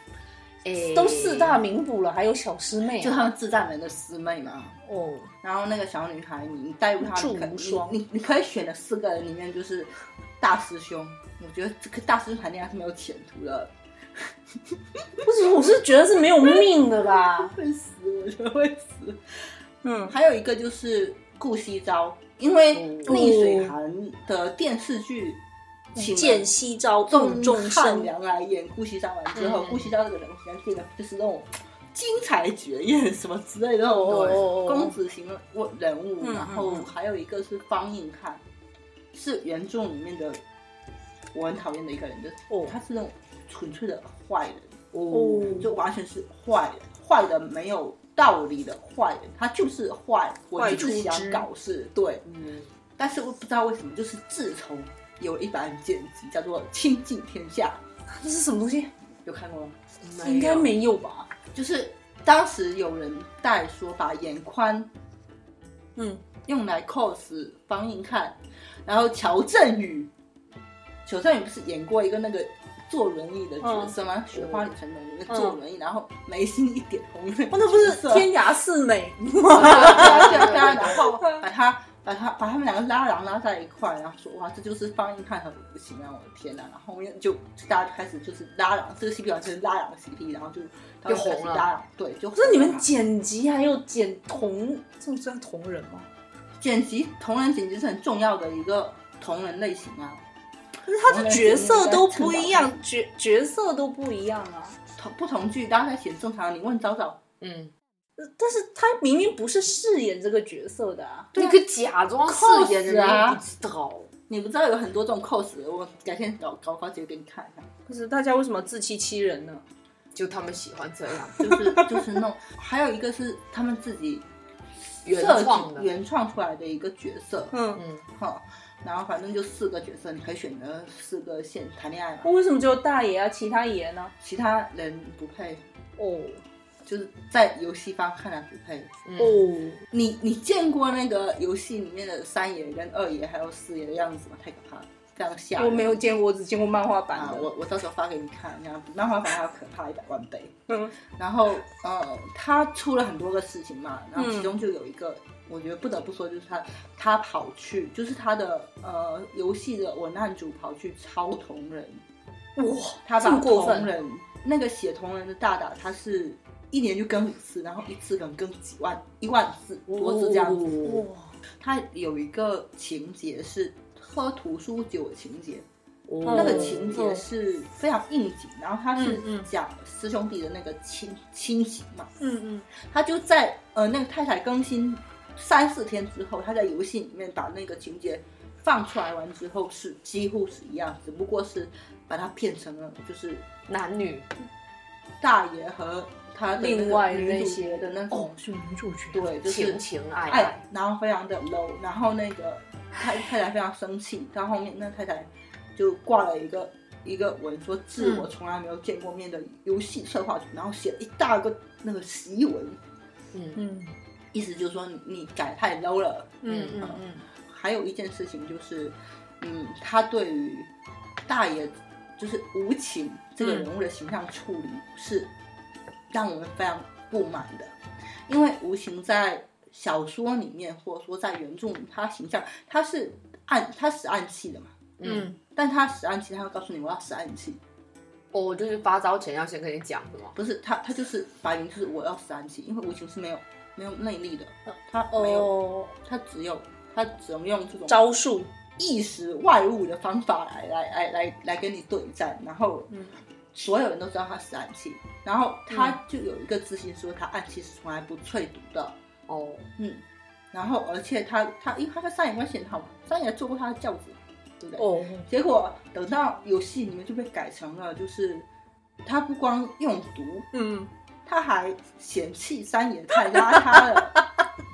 S3: 诶
S2: 都四大，名捕了，还有小师妹啊，
S1: 就他们自战人的师妹嘛。
S2: 哦，
S1: 然后那个小女孩，你带入她，
S2: 祝
S1: 你可
S2: 无双
S1: 你你你可以选的四个人里面就是大师兄，我觉得这个大师兄谈恋爱是没有前途的，？
S2: 不是，我是觉得是没有命的吧
S1: 会死，我觉得会死。
S2: 嗯，
S1: 还有一个就是顾惜朝，因为
S3: 哦
S1: 逆水寒的电视剧请了
S2: 哦见西招
S1: 众
S2: 重众
S1: 嗯汉
S2: 生，
S1: 良来演顾惜章完之后
S3: 嗯，
S1: 顾惜章这个人形象变得就是那种精彩绝艳什么之类的那种
S2: 哦哦哦
S1: 公子型的人物，
S2: 嗯
S1: 然后还有一个是方应翰，是原著里面的我很讨厌的一个人，就是
S2: 哦
S1: 他是那种纯粹的坏人，
S3: 哦，
S1: 就完全是坏人，坏的没有道理的坏人，他就是坏，我
S2: 坏
S1: 就是
S2: 出
S1: 想
S2: 汁
S1: 搞事，对，
S3: 嗯
S1: 但是我不知道为什么，就是自从有了一版剪辑叫做《倾尽天下》。
S2: 这是什么东西？
S1: 有看过吗？
S2: 应该，没有吧？
S1: 就是当时有人带说把严宽
S2: 嗯，
S1: 用来 cos 方应翰，然后乔振宇，乔振宇不是演过一个那个坐轮椅的角色吗？
S2: 嗯
S1: 雪花女神》中有一个坐轮椅，然后眉心一点红的角色，
S2: 哦，那不是天涯四美吗？
S1: 对 啊对啊对啊，然后把他把他把他们两个拉郎拉在一块，然后说哇，这就是方英汉和吴昕啊，我的天呐！然后后面就大家就开始就是拉郎，这个 CP 完全是拉郎 CP，然后就
S3: 就红
S1: 大家就开
S3: 了
S1: 始拉郎对，就
S2: 不
S1: 不
S2: 是你们剪辑还有剪同，这算同人吗？
S1: 剪辑同人剪辑是很重要的一个同人类型啊，
S2: 可是他的角色都不一样，角角色都不一样啊。
S1: 同不同剧大家在写正常，你问找找，
S3: 嗯，
S2: 但是他明明不是饰演这个角色的啊，
S3: 你可以假装饰演人，
S1: cos 啊
S3: 家不知道。
S1: 你不知道有很多这种 cos，的我改天搞搞搞几个给你看一下。
S2: 可是大家为什么自欺欺人呢？
S3: 就他们喜欢这样
S1: 就是就是弄，还有一个是他们自己
S3: 原
S1: 设计
S3: 创的，
S1: 原创出来的一个角色，
S2: 嗯，
S3: 嗯，
S1: 哈、然后反正就四个角色，你可以选择四个线谈恋爱嘛
S2: 那，为什么只有大爷啊，其他爷呢？
S1: 其他人不配，
S2: 哦
S1: 就是在游戏方看来不配。
S3: 嗯
S2: 哦，
S1: 你你见过那个游戏里面的三爷跟二爷还有四爷的样子吗？太可怕了，非常吓人。
S2: 我没有见过，我只见过漫画版
S1: 啊，
S2: 的。
S1: 我我到时候发给你看，然后比漫画版还要可怕一百万倍。
S2: 嗯
S1: 然后呃，他出了很多个事情嘛，然后
S2: 嗯
S1: 其中就有一个，我觉得不得不说，就是他他跑去，就是他的呃游戏的文案组跑去抄同人，
S2: 哇，
S1: 他
S2: 这
S1: 把
S2: 么过
S1: 同
S2: 分，
S1: 人那个写同人的大大，他是一年就更五次，然后一次可能更几万一万字多字这样子。
S3: 哦
S2: 哇，
S1: 他有一个情节是喝图书酒的情节，
S2: 哦
S1: 那个情节是非常应景，然后他是
S2: 嗯嗯
S1: 讲师兄弟的那个亲亲情嘛，
S2: 嗯
S1: 他就在呃那个太太更新三四天之后，他在游戏里面把那个情节放出来完之后是几乎是一样，只不过是把它变成了就是
S3: 男女
S1: 大爷和他的那个
S2: 另外的
S1: 女
S2: 那
S1: 主
S2: 些
S1: 角的那
S2: 哦
S1: 种，
S2: 是女主角，
S1: 对，就是
S3: 情情爱
S1: 爱
S3: 爱，，
S1: 然后非常的 low，然后那个太太太非常生气，到后面那太太就挂了一个一个文说致我从来没有见过面的游戏策划组，然后写了一大个那个檄文，
S3: 嗯
S2: 嗯
S1: 意思就是说你你改太 low 了。
S2: 嗯嗯
S3: 嗯
S2: 嗯，
S1: 还有一件事情就是，嗯，他对于大爷就是无情这
S2: 嗯
S1: 个人物的形象处理是让我们非常不满的，因为无情在小说里面或者说在原著里，他形象他是暗他使暗器的嘛，
S3: 嗯，
S1: 但他使暗器，他会告诉你我要使暗器，
S3: 哦我就是发招前要先跟你讲是吗？
S1: 不是他他就是白明就是我要使暗器，因为无情是没有没有内力的，他没有、
S2: 嗯哦，
S1: 他只有他只能用这种
S2: 招数，
S1: 意识外物的方法来来来来来跟你对战，然后
S2: 嗯
S1: 所有人都知道他是暗器，然后他就有一个自信说他暗器是从来不淬毒的，
S3: 哦，
S1: 嗯，然后而且他他因为他在上野关系很好嘛，上野做过他的教子，对不对？
S2: 哦，
S1: 结果等到游戏里面就被改成了，就是他不光用毒，
S2: 嗯，
S1: 他还嫌弃三野太邋遢了，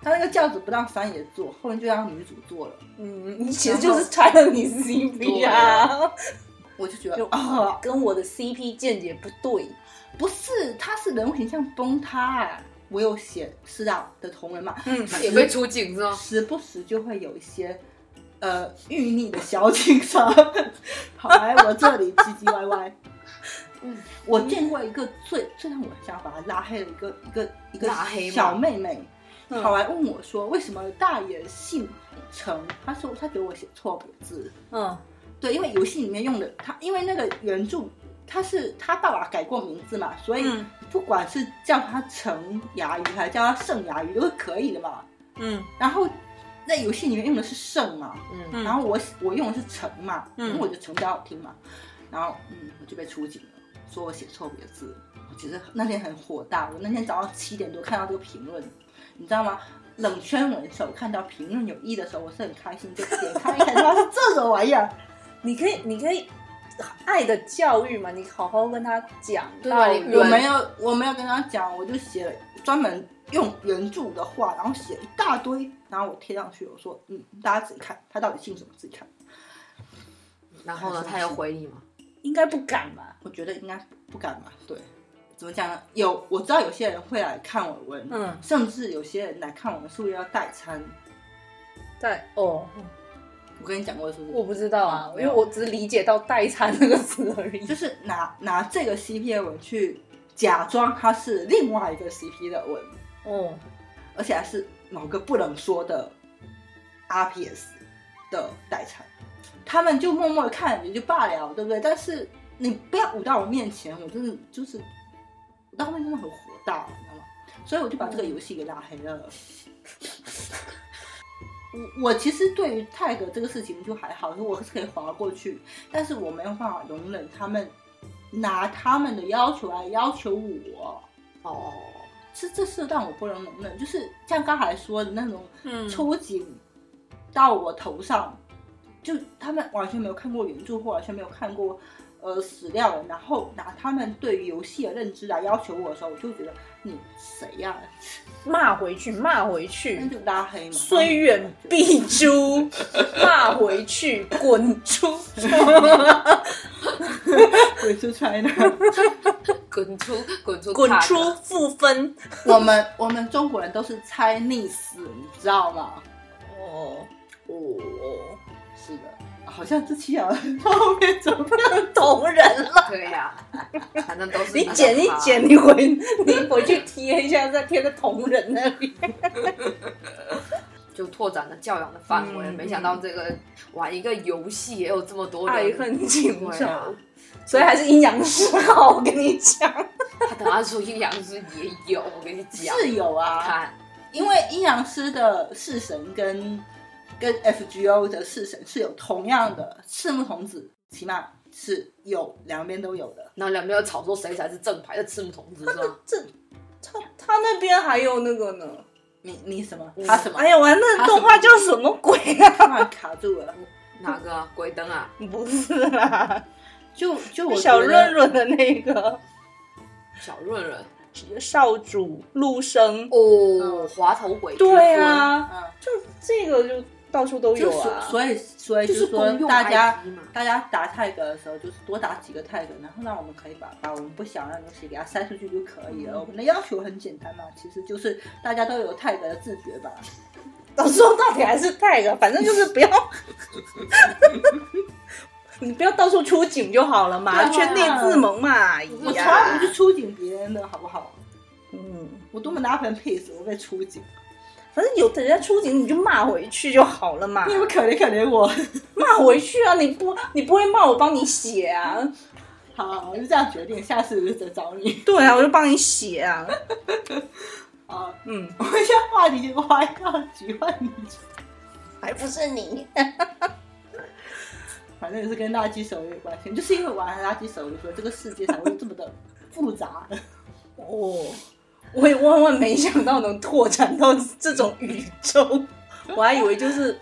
S1: 他那个教子不让三野做，后面就让女主做了。
S2: 嗯，你其实就是拆了你 CP 啊，
S1: 我就觉得
S2: 就
S1: 啊，
S2: 跟我的 CP 见解不对，
S1: 不是，他是人物形象崩塌、啊。我有写师长的同人嘛，
S2: 嗯
S3: 他也被出警是吗？
S1: 时不时就会有一些呃欲逆的小警察 跑来我这里唧唧歪歪。
S3: 嗯，
S1: 我见过一个最最让我想把他拉黑的一个一个一个
S3: 拉黑吗
S1: 小妹妹，
S2: 嗯
S1: 跑来问我说为什么大爷姓程？她说她觉得我写错别字。
S2: 嗯
S1: 对，因为游戏里面用的他，因为那个原著他是他爸爸改过名字嘛，所以
S2: 嗯
S1: 不管是叫他程牙鱼还是叫他盛牙鱼都是可以的嘛。
S2: 嗯
S1: 然后在游戏里面用的是盛嘛，
S3: 嗯，
S2: 嗯
S1: 然后我我用的是程嘛，
S2: 嗯
S1: 因为我觉得程比较好听嘛。然后嗯，我就被出警了，说我写错别字。我其实那天很火大，我那天早上七点多看到这个评论，你知道吗？冷圈文手看到评论有一的时候，我是很开心，就点开一看， 他妈是这种玩意儿。
S2: 你可以，你可以爱的教育嘛，你好好跟他讲
S3: 对吧
S2: 到
S3: 你
S1: 我
S3: 原
S1: 没有，我没有跟他讲，我就写了专门用原著的话，然后写一大堆，然后我贴上去，我说，嗯，大家自己看，他到底姓什么自己看。
S3: 然后呢，他又回你吗？
S2: 应该不敢吧？
S1: 我觉得应该不敢吧，对。怎么讲呢？有我知道有些人会来看我文，
S2: 嗯，
S1: 甚至有些人来看我们是为了要代餐。
S2: 对哦，
S1: 嗯我跟你讲过是不
S2: 我
S1: 是？
S2: 不知道啊，
S1: 没
S2: 因
S1: 有
S2: 为我只理解到“代餐”这个词而已
S1: 就。是拿拿这个 CP 的文去假装它是另外一个 CP 的文，
S2: 哦，
S1: 而且还是某个不能说的 RPS 的代餐，他们就默默的看也就罢了，对不对？但是你不要舞到我面前，我真的就是舞到后面真的很火大，你知道吗？所以我就把这个游戏给拉黑了。 我我其实对于 tag 这个事情就还好，我是可以划过去，但是我没有办法容忍他们拿他们的要求来要求我。
S3: 哦，
S1: 是这是让我不能容忍，就是像刚才说的那种
S2: 嗯
S1: 出警到我头上，就他们完全没有看过原著，或完全没有看过呃史料了，然后拿他们对于游戏的认知来要求我的时候，我就觉得你谁呀、
S2: 骂回去，骂回
S1: 那
S2: 去，
S1: 就拉黑嘛。
S2: 虽远必诛，骂回去，滚 出！
S1: 鬼出来了。
S3: 滚出滚出
S2: 滚
S3: tag
S2: 出！负分。
S1: 我们我们中国人都是猜溺死，你知道吗？
S2: 哦哦，
S1: 是的，好像 这期啊，到后面怎么样？
S2: 同人了，
S3: 对呀，反正都是
S2: 你
S3: 的
S2: 剪一
S3: 吧
S2: 剪，你回你回去贴一下，再贴个同人那 里。
S3: 就拓展了教养的范围。
S2: 嗯
S3: 没想到这个玩一个游戏也有这么多人
S2: 爱恨情
S3: 对啊
S2: 仇，所以还是阴阳师好。我跟你讲，
S3: 他答案说阴阳师也有，我跟你讲，
S1: 啊是有啊，
S3: 看
S1: 因为阴阳师的式神跟跟 FGO 的式神是有同样的赤木童子，起码是有两边都有的。
S3: 然后两边要吵说谁才是正牌的赤木童子是吧？
S2: 这 他他那边还有那个呢。
S1: 你你什么？他什么？
S2: 哎呀，完那动画叫什么鬼啊？
S1: 突然卡住了。
S3: 哪个啊鬼灯啊？
S2: 不是啦，
S1: 就就我觉
S2: 小
S1: 得
S2: 润润的那个
S3: 小润润
S2: 少主陆生。
S3: 哦，滑头鬼之
S2: 对
S3: 分，
S2: 啊，
S1: 嗯，
S2: 就这个就到处都有
S1: 就所
S2: 啊。
S1: 所以所以
S3: 就是是
S1: 说
S3: 公用
S1: 大家
S3: IP 嘛。
S1: 大家打泰格的时候，就是多打几个泰格，然后让我们可以把把我们不想要的东西给它塞出去就可以了。我们的要求很简单嘛，其实就是大家都有泰格的自觉吧。
S2: 到时候到底还是泰个，反正就是不要， 你不要到处出警就好了嘛，
S3: 对啊
S2: 圈内自萌嘛，
S1: 我
S2: 一
S1: 从
S3: 呀
S1: 来
S2: 样。
S1: 不去出警别人的，好不好？
S2: 嗯，
S1: 我多么拿粉 piece，我被出警，
S2: 反正有的人家出警，你就骂回去就好了嘛
S1: 你，们可怜可怜我。
S2: 骂回去啊！你不你不会骂我帮你写啊？
S1: 好，我就这样决定，下次再找你。
S2: 对啊，我就帮你写啊。
S1: 啊，
S2: 嗯，
S1: 我们现在话题就歪到局换你去，
S2: 还不是你。
S1: 反正也是跟垃圾手游有关系，就是因为玩垃圾手游，所以这个世界才会这么的复杂。
S2: 哦，我也万万没想到能拓展到这种宇宙，我还以为就是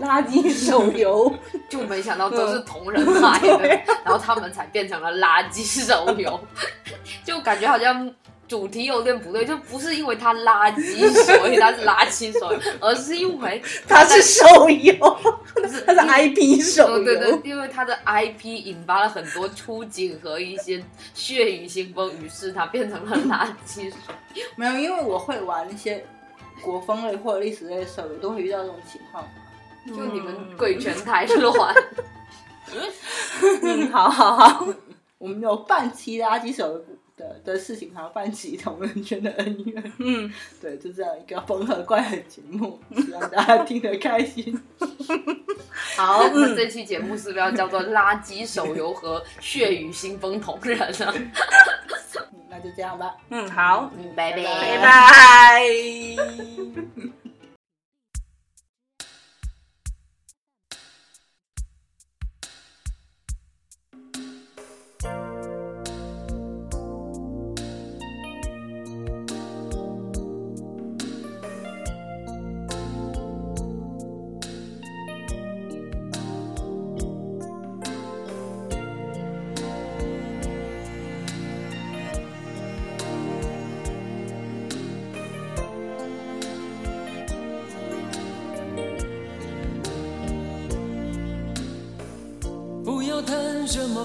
S2: 垃圾手 游。
S3: 就没想到都
S2: 嗯
S3: 是同人买 的，然后他们才变成了垃圾手游， 就感觉好像主题有点不对，就不是因为它垃圾所以它是垃圾手游，而是因为
S2: 它是手游，
S3: 不是
S2: 它是 IP 手
S3: 哦
S2: 游。
S3: 对对，因为它的 IP 引发了很多出警和一些血雨腥风，于是它变成了垃圾手游。
S1: 没有，因为我会玩一些国风类或者历史类的手游，都会遇到这种情况。
S3: 就你们鬼拳太乱，
S2: 嗯，好好好，
S1: 我们有半期垃圾手游的的事情，还有半期同人圈的恩怨。
S2: 嗯，
S1: 对，就这样一个缝合怪的节目，希望大家听得开心。
S2: 好，
S3: 那
S2: 嗯，
S3: 这期节目是不是要叫做垃圾手游和血雨腥风同人啊呢？
S1: 嗯那就这样 吧。
S2: 嗯，好，
S3: 嗯，拜拜，
S2: 拜拜。
S4: 不要谈什么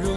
S4: 如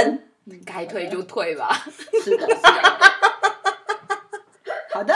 S1: 神。
S3: 该退就退吧。
S1: 是的，是的。好的，